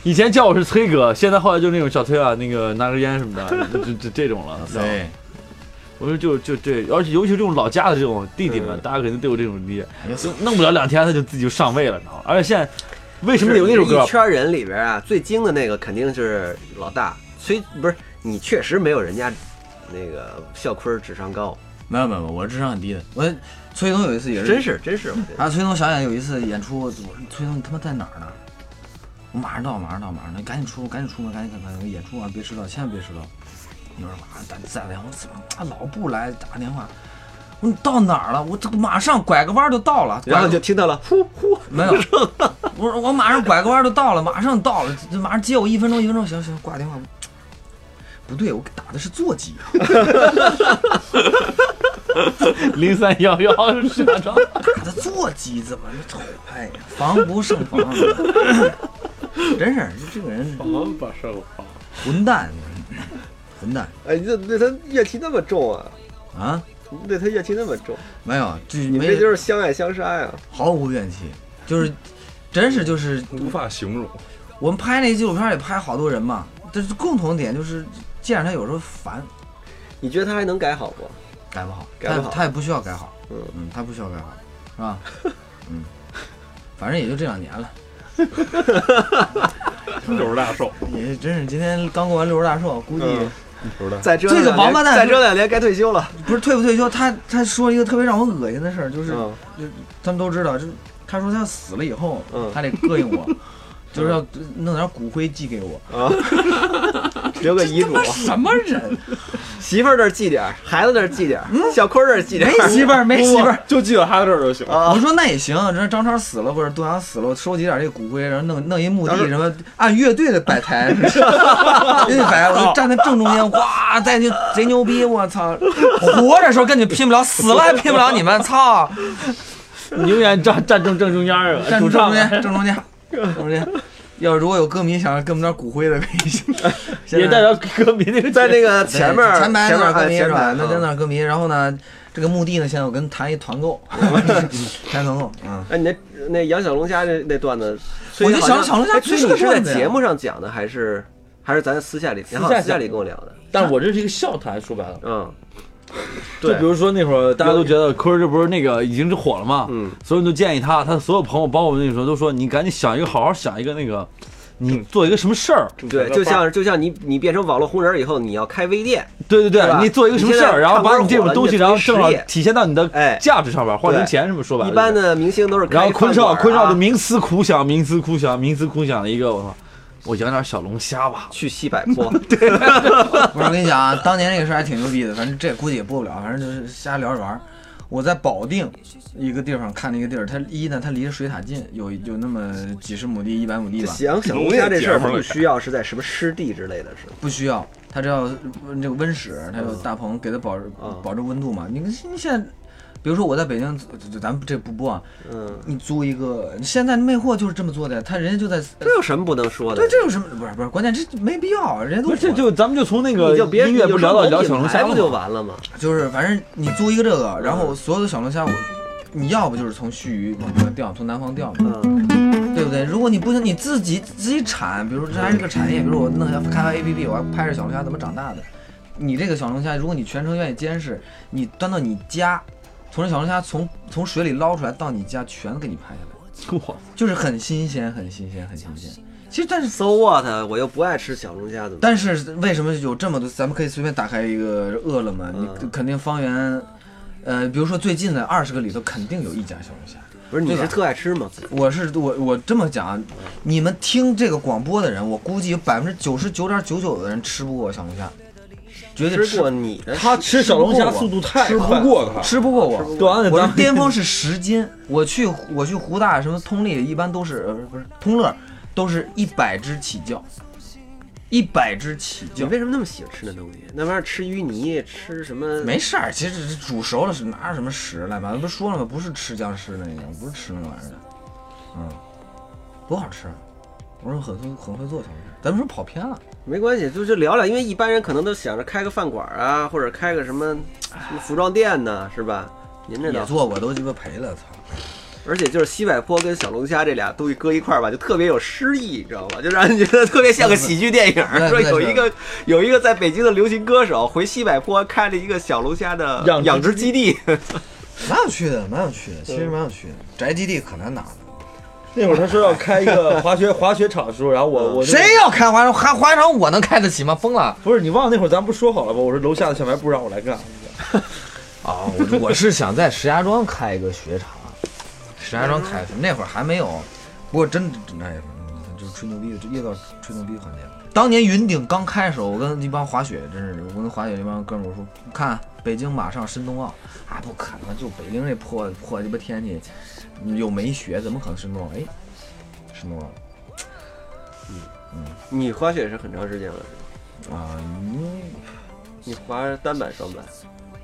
Speaker 2: 以前叫我是崔哥，现在后来就那种小崔啊，那个拿根烟什么的，这这这种了。知道吗
Speaker 3: 对，
Speaker 2: 我说就就这，而且尤其这种老家的这种弟弟们，大家肯定都有这种理解，就弄不了两天他就自己就上位了，你知道吗？而且现在为什么有那首歌
Speaker 1: 一？圈人里边啊，最精的那个肯定是老大崔，不是你确实没有人家那个校坤智商高，
Speaker 3: 没有没有，没有我智商很低的。我崔东有一次也是，
Speaker 1: 真是真是，我觉得
Speaker 3: 啊，崔东想想有一次演出，我崔东你他妈在哪儿呢？我马上到，马上到，马上到，赶紧出，赶紧出门，赶紧赶紧赶紧，演出完别迟到，千万别迟到。一会儿马上打再打电话，我怎么他老不来打电话？我说你到哪儿了？我这个马上拐个弯就到了，拐
Speaker 1: 然后
Speaker 3: 个
Speaker 1: 就听到了呼呼，
Speaker 3: 没有，我说我马上拐个弯就到了，马上到了，这马上接我一分钟，一分钟，行行，挂电话。不对，我打的是座机，
Speaker 2: 零三幺幺石家庄，
Speaker 3: 打的座机怎么这哎呀，防不胜防， 真是这个人
Speaker 6: 把事儿
Speaker 3: 混蛋，混蛋
Speaker 1: 哎，那那他乐器那么重啊，
Speaker 3: 啊！
Speaker 1: 对他乐器那么重，
Speaker 3: 没有，这
Speaker 1: 你们
Speaker 3: 没
Speaker 1: 这就是相爱相杀呀、
Speaker 3: 毫无怨气，就是真是就是
Speaker 6: 无法形容。
Speaker 3: 我们拍那纪录片里拍好多人嘛，但是共同点就是见着他有时候烦，
Speaker 1: 你觉得他还能改好不？
Speaker 3: 改不好，
Speaker 1: 改不好
Speaker 3: 他他也不需要改好，
Speaker 1: 嗯
Speaker 3: 嗯，他不需要改好，是吧？嗯，反正也就这两年了，
Speaker 6: 六十大 寿，
Speaker 3: 也真是今天刚过完六十大寿，估计
Speaker 1: 嗯
Speaker 6: 六十大寿。
Speaker 1: 再折腾
Speaker 3: 这个
Speaker 1: 两年
Speaker 3: 王八蛋
Speaker 1: 再
Speaker 3: 是
Speaker 1: 折腾两年该退休了。
Speaker 3: 不是退不退休，他他说一个特别让我恶心的事儿，就是
Speaker 1: 嗯
Speaker 3: 他们都知道，就是他说他死了以后，
Speaker 1: 嗯
Speaker 3: 他得膈应 我，就是要弄点骨灰寄给我，
Speaker 1: 啊， 留个遗嘱，
Speaker 3: 什么 人？
Speaker 1: 媳妇儿这儿记点儿，孩子这儿记点儿，小坤儿这儿记点
Speaker 3: 嗯没
Speaker 1: 儿。
Speaker 3: 媳妇儿，没媳妇儿。
Speaker 6: 就记得他这儿就行。
Speaker 1: 啊
Speaker 3: 我说那也行，这张超死了或者杜阳死了，我收集点这个骨灰，然后弄弄一墓地什么，按乐队的 摆台，乐队摆台，
Speaker 1: 哦
Speaker 3: 我就站在正中间，哇，再就贼牛逼，我操！活着时候跟你拼不了，死了还拼不了你们，操！
Speaker 2: 你永远站站正正中间儿啊，
Speaker 3: 站
Speaker 2: 主
Speaker 3: 正中
Speaker 2: 唱
Speaker 1: 啊
Speaker 3: 间，正中间，正中间。要是如果有歌迷想要给我们点骨灰的，可以现
Speaker 2: 也
Speaker 3: 在
Speaker 2: 代表歌迷那个
Speaker 1: 在那个
Speaker 3: 对
Speaker 1: 前面
Speaker 3: 前排
Speaker 1: 前面
Speaker 3: 那歌
Speaker 1: 哎
Speaker 3: 迷是
Speaker 1: 前
Speaker 3: 吧？
Speaker 1: 排
Speaker 3: 那在
Speaker 1: 嗯
Speaker 3: 那歌迷，然后呢，这个墓地呢，现在我跟谈一团购， 谈团购，嗯，
Speaker 1: 哎，你那那杨小龙家那那段子，
Speaker 3: 我就
Speaker 1: 好像
Speaker 3: 想小龙虾
Speaker 1: 哎
Speaker 3: 最
Speaker 1: 所以你是
Speaker 3: 是
Speaker 1: 在
Speaker 3: 段子呀
Speaker 1: 节目上讲的，还是还是咱私下里，然后
Speaker 2: 下
Speaker 1: 私下
Speaker 2: 讲
Speaker 1: 里跟我聊的？
Speaker 2: 但我这是一个笑谈，说白了。
Speaker 1: 嗯，
Speaker 2: 就
Speaker 1: 对，
Speaker 2: 比如说那会儿大家都觉得坤儿这不是那个已经是火了嘛，
Speaker 1: 嗯，
Speaker 2: 所有人都建议他，他所有朋友包括我那时候都说你赶紧想一个，好好想一个那个，你做一个什么事儿？
Speaker 1: 对，就像就像你你变成网络红人以后，你要开微店，
Speaker 2: 对对
Speaker 1: 对吧
Speaker 2: 对，你做一个什么事
Speaker 1: 你现
Speaker 2: 儿，
Speaker 1: 在
Speaker 2: 然后把
Speaker 1: 看
Speaker 2: 你
Speaker 1: 官
Speaker 2: 这
Speaker 1: 火
Speaker 2: 种
Speaker 1: 了
Speaker 2: 东西，
Speaker 1: 你得
Speaker 2: 然后
Speaker 1: 推
Speaker 2: 正好
Speaker 1: 实业
Speaker 2: 体现到你的
Speaker 1: 哎
Speaker 2: 价值上面，换成
Speaker 1: 对
Speaker 2: 钱什么说白了。
Speaker 1: 一般
Speaker 2: 对
Speaker 1: 的明星都是
Speaker 2: 不对，然
Speaker 1: 开
Speaker 2: 后坤
Speaker 1: 饭馆
Speaker 2: 少
Speaker 1: 啊
Speaker 2: 坤少就冥思苦想，冥思苦想，冥思苦想了一个，我操，我养点小龙虾吧。
Speaker 1: 去西柏 坡，
Speaker 3: 不是，我跟你讲啊，当年那个事儿还挺牛逼的，反正这估计也播不了，反正就是瞎聊着玩儿。我在保定一个地方看了一个地儿，它一呢，它离着水塔近，有有那么几十亩地、一百亩地吧，
Speaker 1: 行，小龙虾这事儿不需要是在什么湿地之类的，是吗？
Speaker 3: 不需要，它只要温这个温室，它有大棚给它保
Speaker 1: 嗯
Speaker 3: 保证温度嘛。你你现在，比如说我在北京，呃咱们这不播啊，
Speaker 1: 嗯，
Speaker 3: 你租一个，现在魅惑就是这么做的，他人家就在，
Speaker 1: 这有什么不能说的
Speaker 3: 对，？这有什么不是不是，关键这没必要，人家都
Speaker 2: 不是，这
Speaker 3: 火
Speaker 2: 就咱们就从那个
Speaker 1: 你就别
Speaker 2: 音乐不聊到聊小龙虾了
Speaker 1: 不
Speaker 2: 吗
Speaker 1: 就完了吗？
Speaker 3: 就是反正你租一个这个，然后所有的小龙虾我。你要不就是从盱眙往南调，从南方调嘛，
Speaker 1: 嗯，
Speaker 3: 对不对？如果你不行，你自己自己产，比如说这还是个产业，比如我弄下开发 APP，我要拍着小龙虾怎么长大的。你这个小龙虾，如果你全程愿意监视，你端到你家，从这小龙虾从从水里捞出来到你家，全给你拍下来，
Speaker 2: 我
Speaker 3: 就是很新鲜，很新鲜，很新鲜。其实但是
Speaker 1: so what？我又不爱吃小龙虾，怎么？
Speaker 3: 但是为什么有这么多？咱们可以随便打开一个饿了么，
Speaker 1: 嗯
Speaker 3: 你肯定方圆，呃，比如说最近的二十个里头，肯定有一家小龙虾。
Speaker 1: 不是你
Speaker 3: 对吧
Speaker 1: 是特爱吃吗？
Speaker 3: 我是我我这么讲，你们听这个广播的人，我估计有百分之九十九点九九的人吃不过小龙虾，绝对
Speaker 1: 吃
Speaker 3: 吃啊
Speaker 1: 过你的
Speaker 2: 他吃小龙虾速度啊太
Speaker 6: 吃不
Speaker 2: 快了，
Speaker 6: 过他，
Speaker 3: 吃不过我。
Speaker 2: 短的
Speaker 3: 我的
Speaker 2: 咱们
Speaker 3: 巅峰是十斤，我去我去湖大什么通力，一般都是呃不是通乐，都是一百只起叫，一百只起
Speaker 1: 你
Speaker 3: 叫。
Speaker 1: 为什么那么喜欢吃那东西？那玩意儿吃淤泥，吃什么？
Speaker 3: 没事儿，其实煮熟了是拿什么屎来吧？不是说了吗？不是吃僵尸那个，不是吃那玩意儿的，嗯，多好吃！我说很会很会做小吃，咱们是不是跑偏了。
Speaker 1: 没关系，就就聊聊，因为一般人可能都想着开个饭馆啊，或者开个什么什么服装店呢，是吧？您这
Speaker 3: 也
Speaker 1: 倒，
Speaker 3: 做过，都鸡巴赔了，操！
Speaker 1: 而且就是西柏坡跟小龙虾这俩东西搁一块儿吧，就特别有诗意，你知道吧？就让人觉得特别 像个喜剧电影
Speaker 3: 那。
Speaker 1: 说
Speaker 3: 那
Speaker 1: 有一个有一个在北京的流行歌手回西柏坡开了一个小龙虾的
Speaker 2: 养殖
Speaker 1: 养殖基地，
Speaker 3: 蛮有趣的，蛮有趣的，其实蛮有趣的。宅基地可难拿了，
Speaker 2: 那会儿他说要开一个滑雪滑雪场的时候，然后 我我就
Speaker 3: 谁要开滑场？滑滑场我能开得起吗？疯了！
Speaker 2: 不是你忘了那会儿咱不说好了吗？我说楼下的小卖部让我来干，
Speaker 3: 啊，我我是想在石家庄开一个雪场，石家庄开那会儿还没有，不过真真哎，就是吹牛逼的，这又到吹牛逼环节了。当年云顶刚开的时候，我跟一帮滑雪，真是我跟滑雪一帮哥们儿我说，看北京马上申冬奥，啊不可能，就北京这破破鸡巴天气，又没雪，怎么可能申冬奥？哎，申冬奥
Speaker 1: 你滑雪是很长时间了，
Speaker 3: 啊，嗯
Speaker 1: 你滑单板、双板，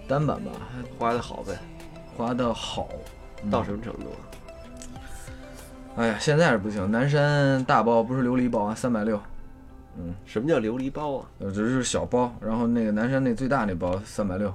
Speaker 3: 单板吧，
Speaker 1: 滑的好呗，
Speaker 3: 滑的好。
Speaker 1: 到什么程度啊？
Speaker 3: 哎呀，现在是不行，南山大包不是琉璃包啊，三百六，
Speaker 1: 什么叫琉璃包啊？
Speaker 3: 呃，这是小包，然后那个南山那最大那包三百六，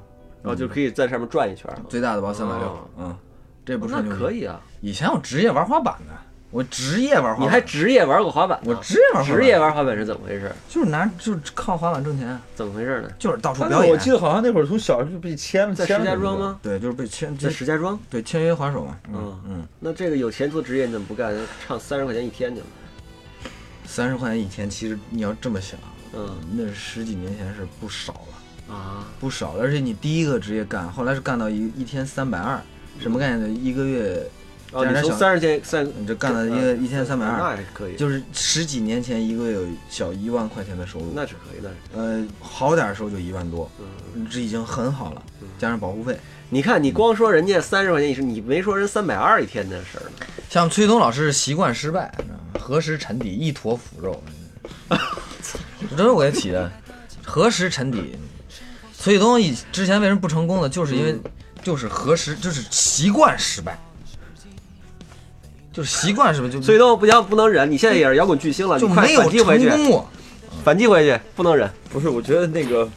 Speaker 1: 然后就可以在上面转一圈儿。
Speaker 3: 最大的包三百六
Speaker 1: 哦，
Speaker 3: 嗯，这不是
Speaker 1: 那
Speaker 3: 牛逼
Speaker 1: 可。以啊，
Speaker 3: 以前我职业玩滑板的，我职业玩滑板，
Speaker 1: 你还职业玩过滑板呢？
Speaker 3: 我职业玩滑板，
Speaker 1: 职业玩滑板是怎么回事？
Speaker 3: 就是拿就是靠滑板挣钱，
Speaker 1: 怎么回事呢？
Speaker 3: 就是到处
Speaker 2: 但
Speaker 3: 表
Speaker 2: 是
Speaker 3: 演。
Speaker 2: 我记得好像那会儿从小就被签了，
Speaker 1: 在
Speaker 2: 签
Speaker 1: 石
Speaker 2: 了
Speaker 1: 家庄吗？
Speaker 3: 对，就是被签，
Speaker 1: 在
Speaker 3: 就是
Speaker 1: 石家庄。
Speaker 3: 对签约滑手嘛，
Speaker 1: 嗯
Speaker 3: 嗯嗯，
Speaker 1: 那这个有前途职业你怎么不干？唱三十块钱一天去了。
Speaker 3: 三十块钱一天，其实你要这么想，
Speaker 1: 嗯
Speaker 3: 那十几年前是不少了。
Speaker 1: 啊，
Speaker 3: 不少，而且你第一个职业干，后来是干到一一天三百二，什么概念呢？一个月，
Speaker 1: 哦，
Speaker 3: 加
Speaker 1: 你
Speaker 3: 点
Speaker 1: 从
Speaker 3: 小
Speaker 1: 三十块钱三嗯
Speaker 3: 你这干到一个一天三百二，
Speaker 1: 那也可以，
Speaker 3: 就是十几年前一个月有小一万块钱的收入，
Speaker 1: 那是可以，那是可以
Speaker 3: 呃，好点儿的时候就一万多，
Speaker 1: 嗯。
Speaker 3: 这已经很好了，加上保护费。
Speaker 1: 你看，你光说人家三十块钱一时，你没说人三百二一天的事儿呢。
Speaker 3: 像崔东老师习惯失败，你知道吗何时沉底一坨腐 肉，这都是我给起的。何时沉底？崔东以之前为什么不成
Speaker 1: 嗯
Speaker 3: 功呢？就是因为就是何时就是习惯失败，就是习惯是不是就
Speaker 1: 所以都不行，不能忍。你现在也是摇滚巨星了，
Speaker 3: 就
Speaker 1: 你快
Speaker 3: 没有
Speaker 1: 反击回
Speaker 3: 成
Speaker 1: 去，
Speaker 3: 功过？
Speaker 1: 反击回去，不能忍。
Speaker 2: 不是，我觉得那个，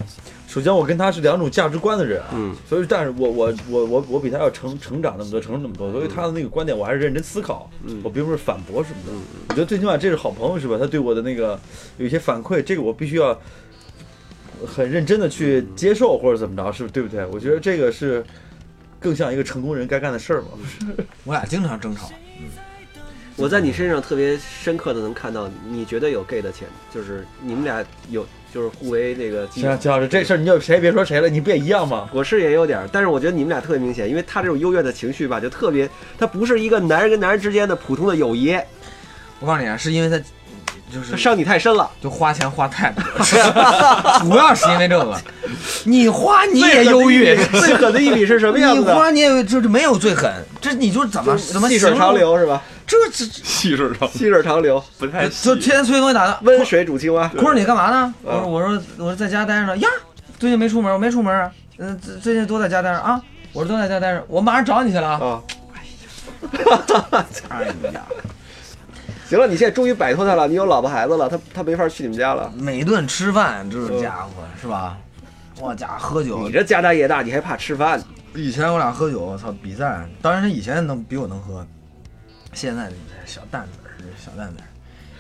Speaker 2: 首先我跟他是两种价值观的人，啊
Speaker 1: 嗯，
Speaker 2: 所以但是我我我我我比他要成成长那么多，成熟那么多，所以他的那个观点我还是认真思考，
Speaker 1: 嗯
Speaker 2: 我并不是反驳什么的。我觉得最起码这是好朋友是吧？他对我的那个有一些反馈，这个我必须要很认真的去接受或者怎么着，是对不对？我觉得这个是更像一个成功人该干的事儿嘛。
Speaker 1: 嗯
Speaker 3: 我俩经常争吵，
Speaker 1: 我在你身上特别深刻的能看到，你绝对有 gay 的潜，就是你们俩有，就是互为那个基友
Speaker 2: 行
Speaker 3: 啊
Speaker 2: 了，。姜老师，这事儿你就谁也别说谁了，你不也一样吗？
Speaker 1: 我是也有点儿，但是我觉得你们俩特别明显，因为他这种优越的情绪吧，就特别，他不是一个男人跟男人之间的普通的友谊，
Speaker 3: 我告诉你啊，是因为他就
Speaker 1: 他
Speaker 3: 是
Speaker 1: 伤你太深 了。
Speaker 3: 就花钱花太多， 主要是因为这个。你花你也优越，
Speaker 1: 最狠的一笔是什么样
Speaker 3: 你
Speaker 1: 子的？
Speaker 3: 花你也就是没有最狠，这你就怎么怎么
Speaker 1: 细水
Speaker 3: 形
Speaker 1: 长
Speaker 3: 容？
Speaker 1: 流是 吧？
Speaker 3: 这这
Speaker 6: 细致上
Speaker 1: 细水长流，
Speaker 6: 不太细
Speaker 3: 就。天天催给我打的，
Speaker 1: 温水煮青蛙。
Speaker 3: 坤儿，你干嘛呢？我
Speaker 1: 啊
Speaker 3: 说我说我说在家待着呢。呀，最近没出门，我没出门啊。嗯、最最近都在家待着啊。我说都在家待着，我马上找你去了啊。
Speaker 1: 啊，
Speaker 3: 哎呀，
Speaker 1: 行了，你现在终于摆脱他了，你有老婆孩子了，他他没法去你们家了。
Speaker 3: 每顿吃饭，这家伙是吧？我家伙喝酒
Speaker 1: 你，这家大业大，你还怕吃饭？
Speaker 3: 以前我俩喝酒，我操比赛，当然他以前能比我能喝，现在小蛋子儿，小蛋子儿。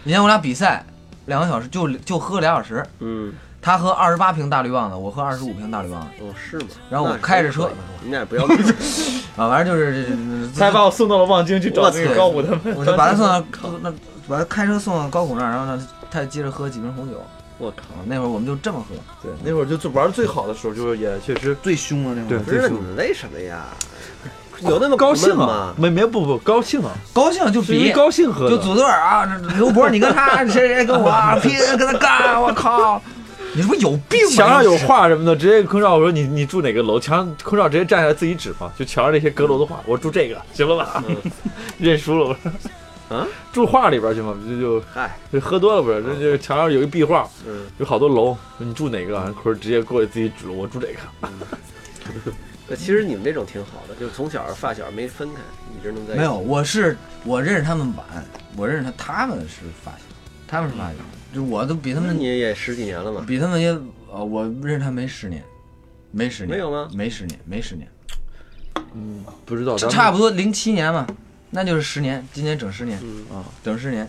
Speaker 3: 以前我俩比赛两个小时就就喝俩小时，
Speaker 1: 嗯，
Speaker 3: 他喝二十八瓶大绿棒子，我喝二十五瓶大绿棒子
Speaker 1: 哦是吗？
Speaker 3: 然后我
Speaker 1: 那是
Speaker 3: 开着车
Speaker 1: 可以你们俩不要命。
Speaker 3: 啊，反正就是这这这
Speaker 2: 才把我送到了 望京去找那个高虎他们，
Speaker 3: 我就把他送到那，把他开车送到高虎那儿，然后呢，他接着喝几瓶红酒。
Speaker 1: 我
Speaker 3: 靠！那会儿我们就这么喝，
Speaker 2: 对，那会儿就最玩的最好的时候，就是也确实
Speaker 4: 最凶的那种。
Speaker 2: 对
Speaker 1: 不是你们为什么呀？有那么
Speaker 2: 高兴
Speaker 1: 苦闷
Speaker 2: 啊
Speaker 1: 吗，？
Speaker 2: 没没不不高兴啊，
Speaker 3: 高兴就是
Speaker 2: 因
Speaker 3: 比
Speaker 2: 为高兴喝
Speaker 3: 就
Speaker 2: 的。
Speaker 3: 组队儿啊，这刘博你跟他谁谁跟我啊拼，跟他干，我靠！你是不是有病吧？
Speaker 2: 墙上有画什么的，直接坤少我说你你住哪个楼？墙上坤少直接站起来自己指嘛，就墙上那些阁楼的画，我住这个行了吧？ 认输了，我说
Speaker 1: 啊，
Speaker 2: 住画里边去嘛，就就
Speaker 1: 嗨，
Speaker 2: 就喝多了不是？这就墙上有一壁画，
Speaker 1: 嗯，
Speaker 2: 有好多楼，你住哪个？啊坤儿直接过去自己指了，我住这个。
Speaker 1: 呃其实你们这种挺好的，就是从小发小没分开，一直能在一起
Speaker 3: 没有，我是我认识他们晚，我认识他，他们是发小，他们是发小，就我都比他
Speaker 1: 那
Speaker 3: 们
Speaker 1: 你也十几年了嘛？
Speaker 3: 比他们也呃，我认识他没十年，没十年，
Speaker 1: 没有吗
Speaker 3: 没十年，没十年，
Speaker 2: 嗯， 不知道，
Speaker 3: 这差不多零七年嘛，那就是十年，今年整十年，
Speaker 1: 嗯
Speaker 2: 啊，
Speaker 3: 整十年。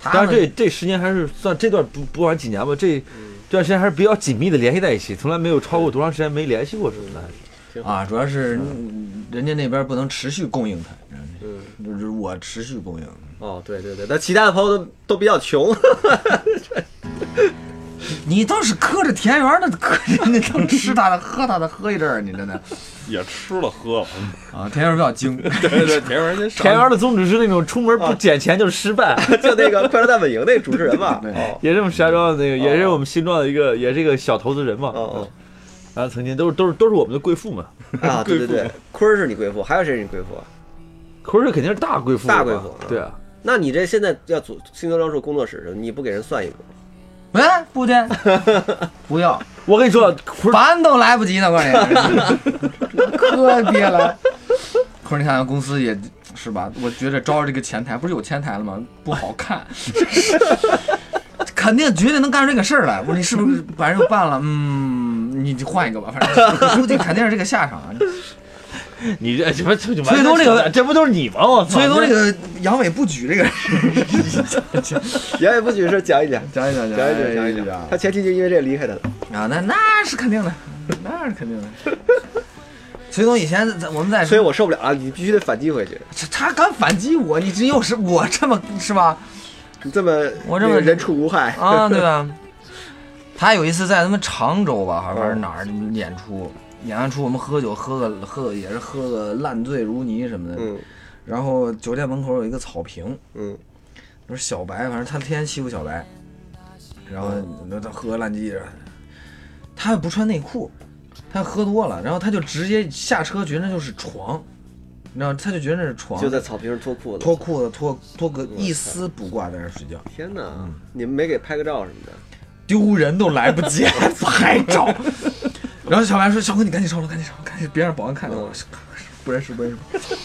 Speaker 3: 他
Speaker 2: 但
Speaker 3: 们
Speaker 2: 是这这十年还是算这段不不管几年吧，这这段时间还是比较紧密的联系在一起，从来没有超过多长时间没联系过什么的。
Speaker 3: 啊，主要是人家那边不能持续供应他，你知道吗
Speaker 1: 嗯，
Speaker 3: 就是我持续供应。
Speaker 1: 哦，对对对，但其他的朋友都都比较穷，
Speaker 3: 你倒是磕着田园儿的磕，那能吃他的喝他的喝一阵儿，你真的
Speaker 6: 也吃了喝 了，
Speaker 3: 啊，田园儿比较精。
Speaker 6: 对对，田园先
Speaker 2: 田园的宗旨是那种出门不捡钱就是失败，
Speaker 1: 就那个《快乐大本营》那主持人 嘛。
Speaker 3: 对
Speaker 1: 哦
Speaker 2: 也是我们石家庄的那个，也是我们新庄的一个，也是一个小投资人嘛。
Speaker 1: 哦
Speaker 2: 然后曾经都是都是都是我们的贵妇嘛，
Speaker 1: 哦啊，对对对，坤儿是你贵妇，还有谁是你贵妇啊？
Speaker 2: 可是肯定是大贵妇嘛，
Speaker 1: 大贵妇
Speaker 2: 对啊，
Speaker 1: 那你这现在要组新德庄树工作室，你不给人算一波？
Speaker 3: 哎，不对，不要，
Speaker 2: 我跟你说，不是
Speaker 3: 烦都来不及呢，关键是磕瘪了。可是你看看公司也是吧？我觉得招这个前台不是有前台了吗？不好看，肯定绝对能干出这个事儿来。我说你是不是把人又办了？嗯，你就换一个吧，反正估计肯定是这个下场啊。
Speaker 2: 你这什么崔
Speaker 3: 崔东这个
Speaker 2: 这不都是你吗？我操，
Speaker 3: 所以说这个阳痿不举这个，
Speaker 1: 言也不许是讲一讲，
Speaker 3: 讲一讲，
Speaker 1: 讲一讲，讲
Speaker 2: 哎
Speaker 1: 一讲。他前妻就因为这离开他了。
Speaker 3: 啊，那那是肯定的，那是肯定的。 崔东以前在我们在
Speaker 1: 所以我受不了了，你必须得反击回去。
Speaker 3: 他他敢反击我，你这又是我这么是吧？
Speaker 1: 你这么
Speaker 3: 我这么
Speaker 1: 那个人畜无害，
Speaker 3: 啊，对吧？他有一次在他们常州吧，
Speaker 1: 嗯
Speaker 3: 还是哪儿演出，演完出我们喝酒，喝个喝个也是喝个烂醉如泥什么的。
Speaker 1: 嗯
Speaker 3: 然后酒店门口有一个草坪，
Speaker 1: 嗯
Speaker 3: 就是小白，反正他天天欺负小白，然后
Speaker 1: 嗯
Speaker 3: 那他喝烂鸡，他也不穿内裤，他喝多了，然后他就直接下车，觉得那就是床，你知道，他就觉得那是床，
Speaker 1: 就在草坪上脱裤子。
Speaker 3: 脱裤子脱脱个一丝不挂在那儿睡觉，
Speaker 1: 天哪，
Speaker 2: 嗯
Speaker 1: 你们没给拍个照什么的？
Speaker 3: 丢人都来不 及还拍照。然后小白说：“小哥，你赶紧收了，赶紧收了，赶紧别让保安看见我。
Speaker 1: 嗯
Speaker 3: 不认识，不认识。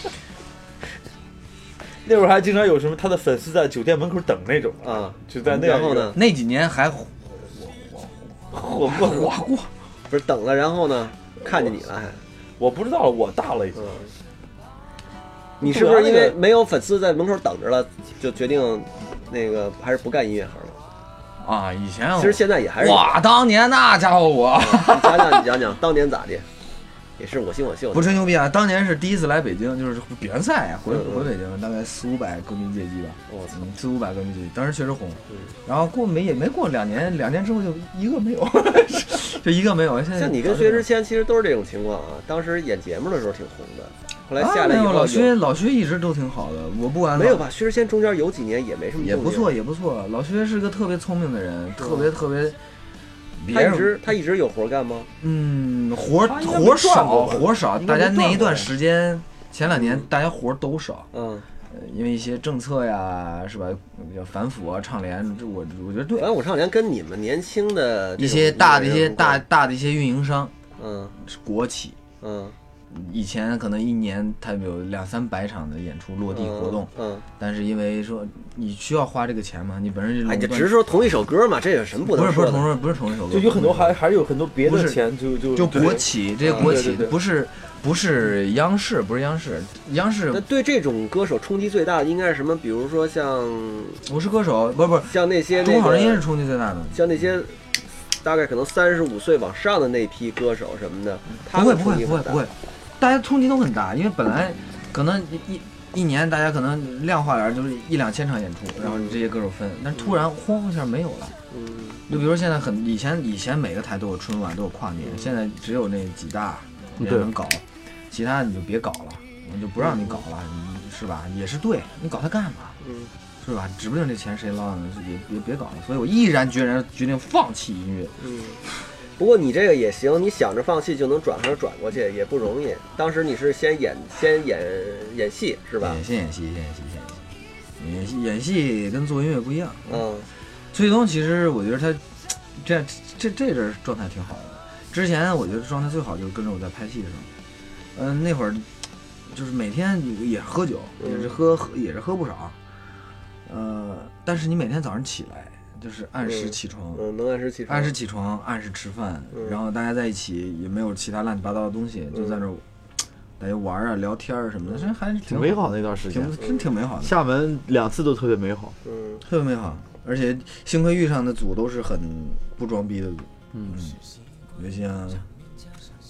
Speaker 2: 那会儿还经常有什么他的粉丝在酒店门口等那种，
Speaker 1: 啊，
Speaker 2: 就在那样
Speaker 1: 然
Speaker 2: 一
Speaker 1: 后
Speaker 2: 个
Speaker 1: 呢，
Speaker 3: 那几年还火
Speaker 2: 火过火过，
Speaker 1: 不是等了，然后呢，看见你了还，
Speaker 2: 我不知道我大了已经
Speaker 1: 嗯，你是不是因
Speaker 2: 那
Speaker 1: 为
Speaker 2: 个
Speaker 1: 没有粉丝在门口等着了，就决定那个还是不干音乐行了？
Speaker 3: 啊！以前我
Speaker 1: 其实现在也还是，
Speaker 3: 我当年那家伙我
Speaker 1: 你讲讲你讲讲当年咋的，也是我行我秀的，
Speaker 3: 不吹牛逼啊！当年是第一次来北京，就是比完赛啊回
Speaker 1: 嗯嗯
Speaker 3: 回北京，大概四五百歌迷借机吧，
Speaker 1: 我操，
Speaker 3: 嗯，四五百歌迷借机，当时确实红
Speaker 1: 嗯。
Speaker 3: 然后过没也没过两年，两年之后就一个没有， 就一个没有。现在
Speaker 1: 像你跟薛之谦其实都是这种情况啊，当时演节目的时候挺红的，后来下
Speaker 3: 啊，
Speaker 1: 来
Speaker 3: 没
Speaker 1: 以
Speaker 3: 有
Speaker 1: 后
Speaker 3: 老
Speaker 1: 有
Speaker 3: 薛，老薛一直都挺好的。我不管
Speaker 1: 没有
Speaker 3: 老
Speaker 1: 吧？薛之谦中间有几年也没什么
Speaker 3: 也
Speaker 1: 动
Speaker 3: 不
Speaker 1: 静
Speaker 3: 错，，也不错。老薛是个特别聪明的人，特别特别。别
Speaker 1: 他
Speaker 3: 人
Speaker 1: 一直他一直有活干吗？
Speaker 3: 嗯，活
Speaker 2: 他应该没
Speaker 3: 活
Speaker 2: 赚
Speaker 3: 少，
Speaker 2: 过吧
Speaker 3: 活少。
Speaker 2: 应该
Speaker 3: 大家
Speaker 2: 没
Speaker 3: 那
Speaker 2: 赚
Speaker 3: 一
Speaker 2: 过嗯
Speaker 3: 段
Speaker 2: 吧
Speaker 3: 时间，前两年大家活都少，
Speaker 1: 嗯，
Speaker 3: 呃因为一些政策呀，是吧？比较反腐啊，倡廉，这我我觉得对
Speaker 1: 反。正五少年跟你们年轻的这
Speaker 3: 一
Speaker 1: 种
Speaker 3: 些大的一
Speaker 1: 艺
Speaker 3: 些
Speaker 1: 人无
Speaker 3: 大
Speaker 1: 关，
Speaker 3: 大的一些运营商，
Speaker 1: 嗯
Speaker 3: 是国企，
Speaker 1: 嗯，
Speaker 3: 以前可能一年他们有两三百场的演出落地活动，
Speaker 1: 嗯，
Speaker 3: 但是因为说你需要花这个钱嘛，你本身这
Speaker 1: 嗯
Speaker 3: 垄
Speaker 1: 哎，你
Speaker 3: 断
Speaker 1: 就只是说同一首歌嘛，这有什么不
Speaker 3: 不
Speaker 1: 能
Speaker 3: 是不
Speaker 1: 说
Speaker 3: 是
Speaker 1: 的？
Speaker 3: 同事不是同事首歌，
Speaker 2: 就有很多
Speaker 3: 不是
Speaker 2: 还还是有很多别
Speaker 3: 不
Speaker 2: 的
Speaker 3: 是
Speaker 2: 钱就就
Speaker 3: 就
Speaker 2: 对啊
Speaker 3: 国企这些
Speaker 1: 嗯
Speaker 3: 国
Speaker 2: 对
Speaker 3: 企
Speaker 2: 对对
Speaker 3: 不是不是央视不是央视央
Speaker 1: 那
Speaker 3: 视
Speaker 1: 对这种歌手冲击最大的应该是什么？比如说像
Speaker 3: 我是歌手不是不是
Speaker 1: 像那些
Speaker 3: 中
Speaker 1: 那
Speaker 3: 好声音是
Speaker 1: 个
Speaker 3: 冲击最大的，
Speaker 1: 像那些大概可能三十五岁往上的那批歌手什么的，他
Speaker 3: 不会
Speaker 1: 们
Speaker 3: 嗯不
Speaker 1: 冲
Speaker 3: 会
Speaker 1: 击
Speaker 3: 不会
Speaker 1: 很大
Speaker 3: 不会，大家冲击都很大，因为本来可能一一一年大家可能量化点儿就是一两千场演出，然后这些歌手分，但是突然轰一下没有了。
Speaker 1: 嗯
Speaker 3: 就比如说现在很以前以前每个台都有春晚都有跨年，现在只有那几大
Speaker 1: 嗯
Speaker 3: 人能搞，其他你就别搞了，我就不让你搞了，你是吧？也是对，你搞它干嘛？
Speaker 1: 嗯，
Speaker 3: 是吧？指不定这钱谁捞呢，也别别搞了。所以我毅然决然决定放弃音乐。
Speaker 1: 嗯，不过你这个也行，你想着放弃就能转行转过去，也不容易。当时你是先演先演演戏是吧？
Speaker 3: 演戏演戏演戏演戏，演戏演戏跟做音乐不一样。
Speaker 1: 嗯
Speaker 3: 崔东其实我觉得他这这这阵儿状态挺好的。之前我觉得状态最好就是跟着我在拍戏的时候，嗯、那会儿就是每天也喝酒，
Speaker 1: 嗯
Speaker 3: 也是喝喝也是喝不少，呃，但是你每天早上起来就是按时
Speaker 1: 嗯
Speaker 3: 起床，
Speaker 1: 嗯，能按时起床。
Speaker 3: 按时起床，按时吃饭，
Speaker 1: 嗯
Speaker 3: 然后大家在一起也没有其他乱七八糟的东西，就在那儿大家玩儿啊、聊天儿什么的，这还是
Speaker 2: 挺
Speaker 3: 挺
Speaker 2: 美好的那段时间
Speaker 3: 挺。真挺美好的，
Speaker 2: 厦门两次都特别美好，
Speaker 1: 嗯
Speaker 3: 特别美好。而且幸亏遇上的组都是很不装逼的组，
Speaker 2: 嗯，
Speaker 3: 有些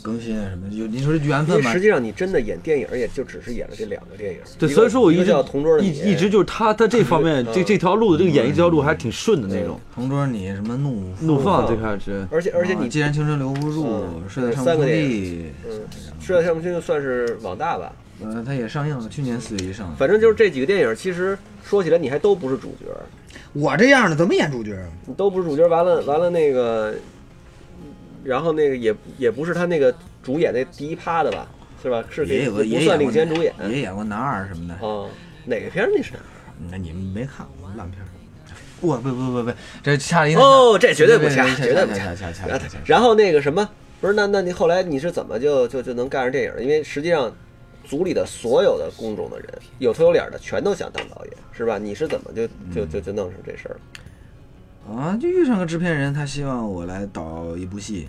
Speaker 3: 更新啊什么的，有你说这缘
Speaker 1: 因
Speaker 3: 分
Speaker 1: 为
Speaker 3: 吧
Speaker 1: 实，际上你真的演电影，也就只是演了这两个电影。
Speaker 2: 对，
Speaker 1: 一个
Speaker 2: 所以说我
Speaker 1: 一个
Speaker 2: 直
Speaker 1: 叫《同桌的
Speaker 2: 一
Speaker 1: 你》，
Speaker 2: 一直就是他他这方面
Speaker 1: 嗯
Speaker 2: 这这条路的这个演艺这条路还挺顺的那种，
Speaker 3: 同桌你什么怒
Speaker 2: 嗯怒放
Speaker 1: 怒放
Speaker 2: 最开始，
Speaker 1: 而且而且
Speaker 3: 啊
Speaker 1: 你
Speaker 3: 既然青春留不住，
Speaker 1: 嗯
Speaker 3: 睡在上
Speaker 1: 三
Speaker 3: 空
Speaker 1: 个
Speaker 3: 地，
Speaker 1: 嗯，射雕项目君就算是网大吧，
Speaker 3: 呃，它也上映了，去年四月一上。
Speaker 1: 嗯反正就是这几个电影，其实说起来你还都不是主角，
Speaker 3: 我这样的怎么演主角啊？
Speaker 1: 你都不是主角。完了完了那个，然后那个也也不是他那个主演那第一趴的吧，是吧？是
Speaker 3: 也有个
Speaker 1: 给
Speaker 3: 也
Speaker 1: 不
Speaker 3: 演过
Speaker 1: 算领先主演
Speaker 3: 男也演过男二什么的。
Speaker 1: 啊。哪个片儿那是？
Speaker 3: 那你们没看过烂片儿？不不不不不，这掐了一
Speaker 1: 哦，这绝对不掐，绝对不
Speaker 3: 掐
Speaker 1: 掐。
Speaker 3: 掐掐
Speaker 1: 然
Speaker 3: 掐
Speaker 1: 后
Speaker 3: 掐。
Speaker 1: 然后那个什么，不是那那你后来你是怎么就就就能干上电影的？因为实际上组里的所有的工种的人，有头有脸的全都想当导演，是吧？你是怎么就就
Speaker 3: 嗯
Speaker 1: 就就弄成这事儿了？
Speaker 3: 啊，就遇上个制片人，他希望我来导一部戏，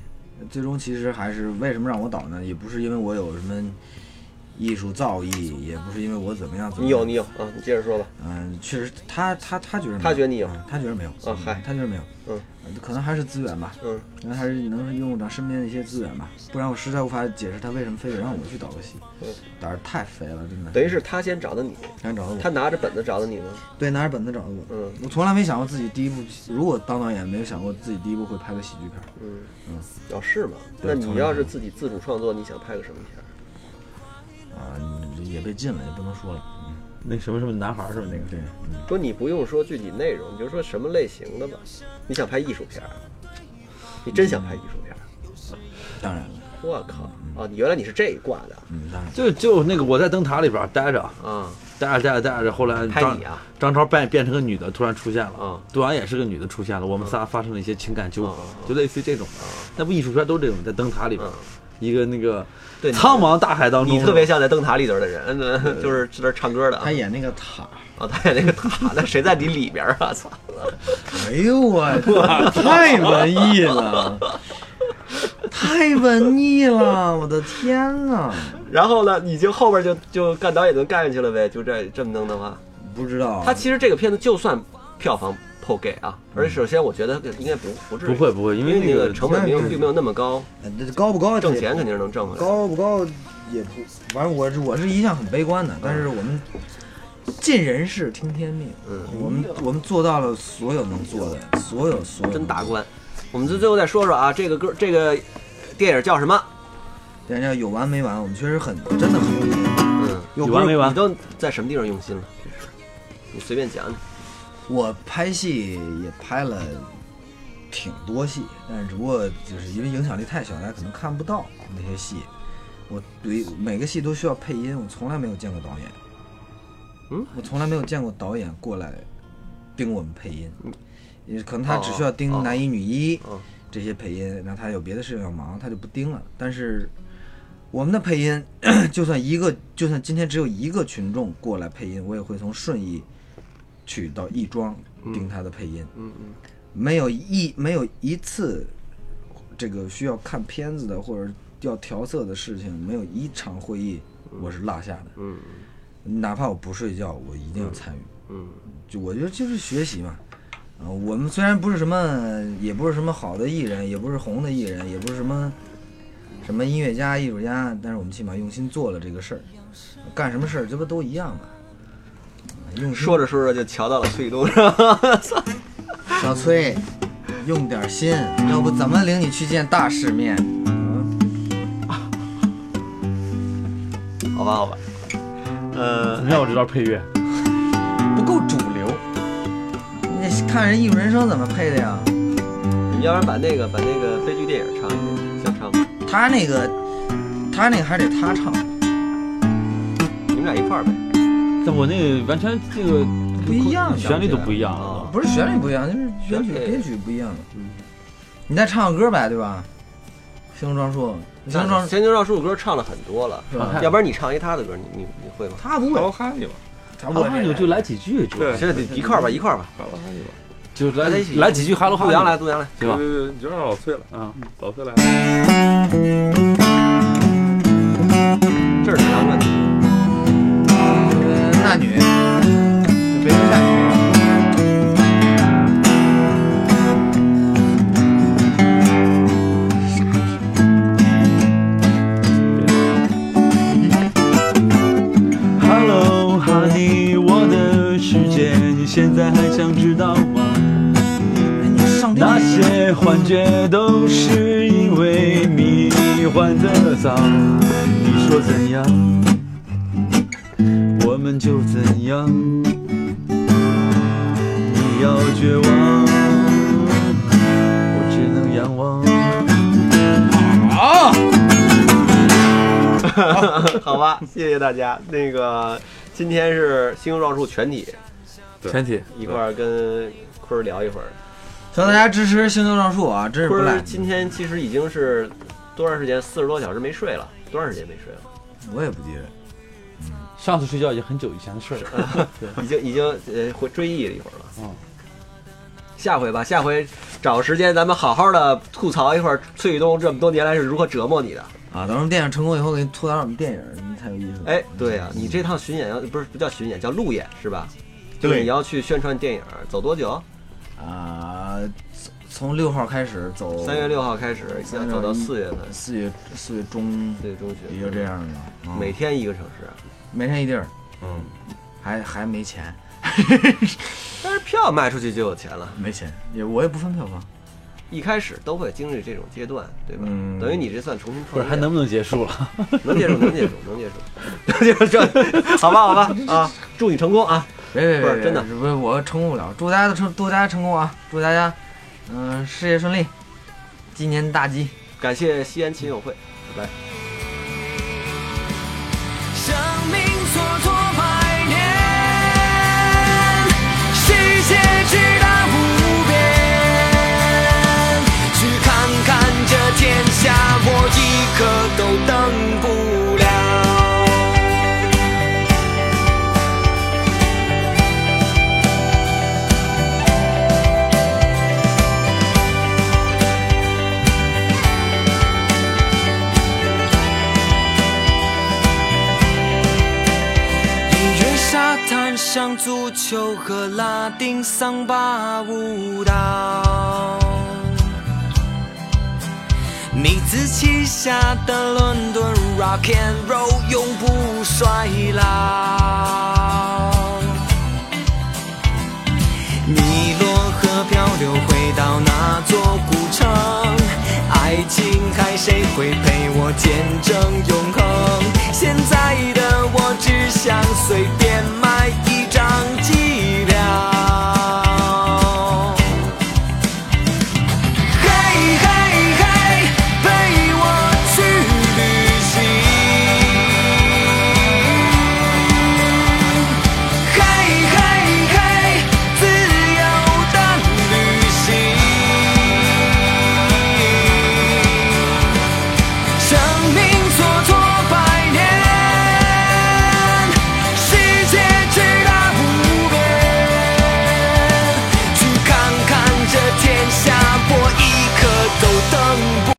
Speaker 3: 最终其实还是为什么让我导呢？也不是因为我有什么艺术造诣，也不是因为我怎么样怎么
Speaker 1: 你
Speaker 3: 样
Speaker 1: 有你有啊，你接着说吧。
Speaker 3: 嗯，确实他他他觉得没
Speaker 1: 他觉得你有
Speaker 3: 啊他觉得没有
Speaker 1: 啊嗨
Speaker 3: 他觉得没有，
Speaker 1: 嗯
Speaker 3: 呃，可能还是资源吧，
Speaker 1: 嗯
Speaker 3: 因为还是能用上身边的一些资源吧，不然我实在无法解释他为什么非得让我去导个戏
Speaker 1: 嗯，
Speaker 3: 胆儿太肥了，真的。
Speaker 1: 等于是他先找的你，
Speaker 3: 想找到我，
Speaker 1: 他拿着本子找的你吗？
Speaker 3: 对拿着本子找的我，
Speaker 1: 嗯
Speaker 3: 我从来没想过自己第一部，如果当导演，没有想过自己第一部会拍个喜剧片儿。
Speaker 1: 嗯
Speaker 3: 嗯，
Speaker 1: 哦是吗？
Speaker 3: 对
Speaker 1: 那
Speaker 3: 从
Speaker 1: 你
Speaker 3: 来
Speaker 1: 要
Speaker 3: 没
Speaker 1: 是
Speaker 3: 有
Speaker 1: 自己自主创作，你想拍个什么片儿？
Speaker 3: 啊，你也被禁了，也不能说了。
Speaker 2: 那什么什么男孩儿是吧？那个
Speaker 3: 对，
Speaker 1: 说你不用说具体内容，你就说什么类型的吧。你想拍艺术片儿，啊你真想拍艺术片儿？啊
Speaker 3: 当然了，
Speaker 1: 我靠！哦，你原来你是这一挂的
Speaker 3: 嗯，当然了。
Speaker 2: 就就那个我在灯塔里边儿待着，
Speaker 1: 啊？
Speaker 2: 待着待着待着，后来
Speaker 1: 拍
Speaker 2: 张
Speaker 1: 你啊？
Speaker 2: 张超扮变成个女的突然出现了，
Speaker 1: 啊
Speaker 2: 杜安也是个女的出现了，我们仨发生了一些情感纠葛
Speaker 1: 嗯嗯嗯，嗯
Speaker 2: 就类似于这种，那不艺术片都这种在灯塔里边
Speaker 1: 嗯，
Speaker 2: 一个那个
Speaker 1: 对，你
Speaker 2: 苍茫大海当中，
Speaker 1: 你特别像在灯塔里头的人，嗯 就是在那儿唱歌的啊
Speaker 3: 他演那个塔，
Speaker 1: 啊，他演那个塔的，谁在你里边儿啊？操！
Speaker 3: 哎呦我太文艺了，太文艺了，我的天呐！
Speaker 1: 然后呢，已经后边就就干导演就干下去了呗，就这这么弄的话，
Speaker 3: 不知道
Speaker 1: 他其实这个片子就算票房破给啊，而且首先我觉得应该不不至于，
Speaker 2: 不会不会，因
Speaker 1: 因为
Speaker 2: 为
Speaker 1: 那
Speaker 2: 那
Speaker 1: 个
Speaker 2: 个
Speaker 1: 成本
Speaker 3: 那
Speaker 1: 并
Speaker 3: 是
Speaker 1: 并没有那么高，
Speaker 3: 呃这高不高
Speaker 1: 挣钱肯定是能挣回来。
Speaker 3: 高不高也不，反正我是我是一向很悲观的，但是我们尽人事听天命，
Speaker 1: 嗯，
Speaker 3: 我们我们做到了所有能做的，所有所有
Speaker 1: 真打官。我们最最后再说说啊，这个歌这个电影叫什么？
Speaker 3: 人家有完没完，我们确实很真的很用心。
Speaker 1: 嗯，
Speaker 2: 有完没完
Speaker 1: 你？都在什么地方用心了？这是你随便讲讲。
Speaker 3: 我拍戏也拍了挺多戏，但是只不过就是因为影响力太小，大家可能看不到那些戏。我对每个戏都需要配音，我从来没有见过导演。
Speaker 1: 嗯，
Speaker 3: 我从来没有见过导演过来盯我们配音，也可能他只需要
Speaker 1: 嗯哦
Speaker 3: 盯男一女一
Speaker 1: 哦
Speaker 3: 这些配音，然后他有别的事情要忙，他就不盯了。但是我们的配音， 就算一个，就算今天只有一个群众过来配音，我也会从顺义去到亦庄盯他的配音。
Speaker 1: 嗯嗯，
Speaker 3: 没有一没有一次这个需要看片子的或者要调色的事情，没有一场会议我是落下的。
Speaker 1: 嗯，
Speaker 3: 哪怕我不睡觉，我一定要参与。
Speaker 1: 嗯，
Speaker 3: 就我觉得就是学习嘛。啊、我们虽然不是什么，也不是什么好的艺人，也不是红的艺人，也不是什么什么音乐家、艺术家，但是我们起码用心做了这个事儿。干什么事儿，这不都一样吗？啊用心
Speaker 1: 说着说着就瞧到了崔宇东， 是吧？操
Speaker 3: 小崔，用点心，要不怎么领你去见大世面？
Speaker 1: 好吧好吧，呃，
Speaker 2: 让我知道配乐，
Speaker 3: 不够主流。你看人艺术人生怎么配的呀？
Speaker 1: 你们要不然把那个把那个悲剧电影唱一遍，想唱吗？
Speaker 3: 他那个，他那个还得他唱，
Speaker 1: 你们俩一块儿呗。
Speaker 2: 但我那个完全这个
Speaker 3: 不一样的
Speaker 2: 旋律都不一样
Speaker 1: 啊
Speaker 2: 啊。
Speaker 3: 不是旋律不一样，就是编曲
Speaker 1: 对
Speaker 3: 编曲不一样的
Speaker 1: 嗯。
Speaker 3: 你再唱个歌呗，对吧？行装束，行装
Speaker 1: 《神经状术》歌唱了很多了，啊
Speaker 3: 是吧？
Speaker 1: 要不然你唱一他的歌，你你你会吗？
Speaker 3: 他不
Speaker 6: 巴
Speaker 3: 会，
Speaker 6: 哈尼吧，
Speaker 3: 他不
Speaker 2: 啊我看
Speaker 3: 会
Speaker 1: 啊
Speaker 2: 就。就来几句，就
Speaker 6: 对
Speaker 1: 现在得一块儿吧，一块儿吧。
Speaker 6: 巴哈尼吧。
Speaker 2: 就来
Speaker 1: 来几句
Speaker 2: 来几句哈喽哈
Speaker 1: 杜洋
Speaker 2: 喽，
Speaker 1: 来，杜洋来。
Speaker 2: 对吧？
Speaker 6: 对对，你就让老崔来，
Speaker 2: 啊，
Speaker 6: 老崔来。
Speaker 1: 这是沈阳的，
Speaker 3: 那女，就别说那女。
Speaker 2: Hello, honey，我的世界，你现在还想知道吗？
Speaker 3: 哎你上帝
Speaker 2: 那些幻觉都是因为你幻的早，你说怎样，我们就怎样。你要绝望，我只能仰望。
Speaker 1: 好吧，谢谢大家。那个今天是《星星撞树》全体
Speaker 2: 全体
Speaker 1: 一块儿跟坤儿聊一会儿。
Speaker 3: 希望大家支持星球撞树啊，真是不
Speaker 1: 坤儿
Speaker 3: 赖。
Speaker 1: 今天其实已经是多长时间？四十多小时没睡了，多长时间没睡了？
Speaker 3: 我也不记得。
Speaker 2: 上次睡觉已经很久以前的事了。
Speaker 1: 已经已经呃回追忆了一会儿了。
Speaker 2: 嗯
Speaker 1: 下回吧，下回找时间咱们好好的吐槽一会儿崔宇东这么多年来是如何折磨你的。
Speaker 3: 啊，等我们电影成功以后，给你吐槽我们电影，才有意思。
Speaker 1: 哎，对呀、你这趟巡演要不是不叫巡演，叫路演是吧？
Speaker 3: 对
Speaker 1: 就是你要去宣传电影，走多久？
Speaker 3: 啊，从从六号开始走，
Speaker 1: 三月六号开始，要走到四月份，
Speaker 3: 四月四月中
Speaker 1: 对中
Speaker 3: 也
Speaker 1: 旬，
Speaker 3: 就这样了。嗯
Speaker 1: 每天一个城市，啊
Speaker 3: 每天一地儿，嗯，还还没钱，
Speaker 1: 但是票卖出去就有钱了。
Speaker 3: 没钱，也我也不分票房。
Speaker 1: 一开始都会经历这种阶段，对吧？
Speaker 3: 嗯
Speaker 1: 等于你这算重新创
Speaker 2: 不
Speaker 1: 业
Speaker 2: 是，还能不能结束了？
Speaker 1: 能接受，能接受，能接受，能接受 这，好吧，好吧啊！祝你成功啊！
Speaker 3: 别别
Speaker 1: 不
Speaker 3: 别
Speaker 1: 是
Speaker 3: 别，
Speaker 1: 真的
Speaker 3: 不是我成功不了。祝大家都成，祝大家成功啊！祝大家，嗯、事业顺利，今年大吉。
Speaker 1: 感谢西安琴友会。
Speaker 13: 生命蹉跎百年，世界之大无边。去看看这天下我一个
Speaker 3: 琉球和拉丁桑巴舞蹈。你自旗下的伦敦 Rock and Roll 永不衰老。尼罗河漂流回到那座古城，爱情海谁会陪我见证永恒？现在的我只想随便漫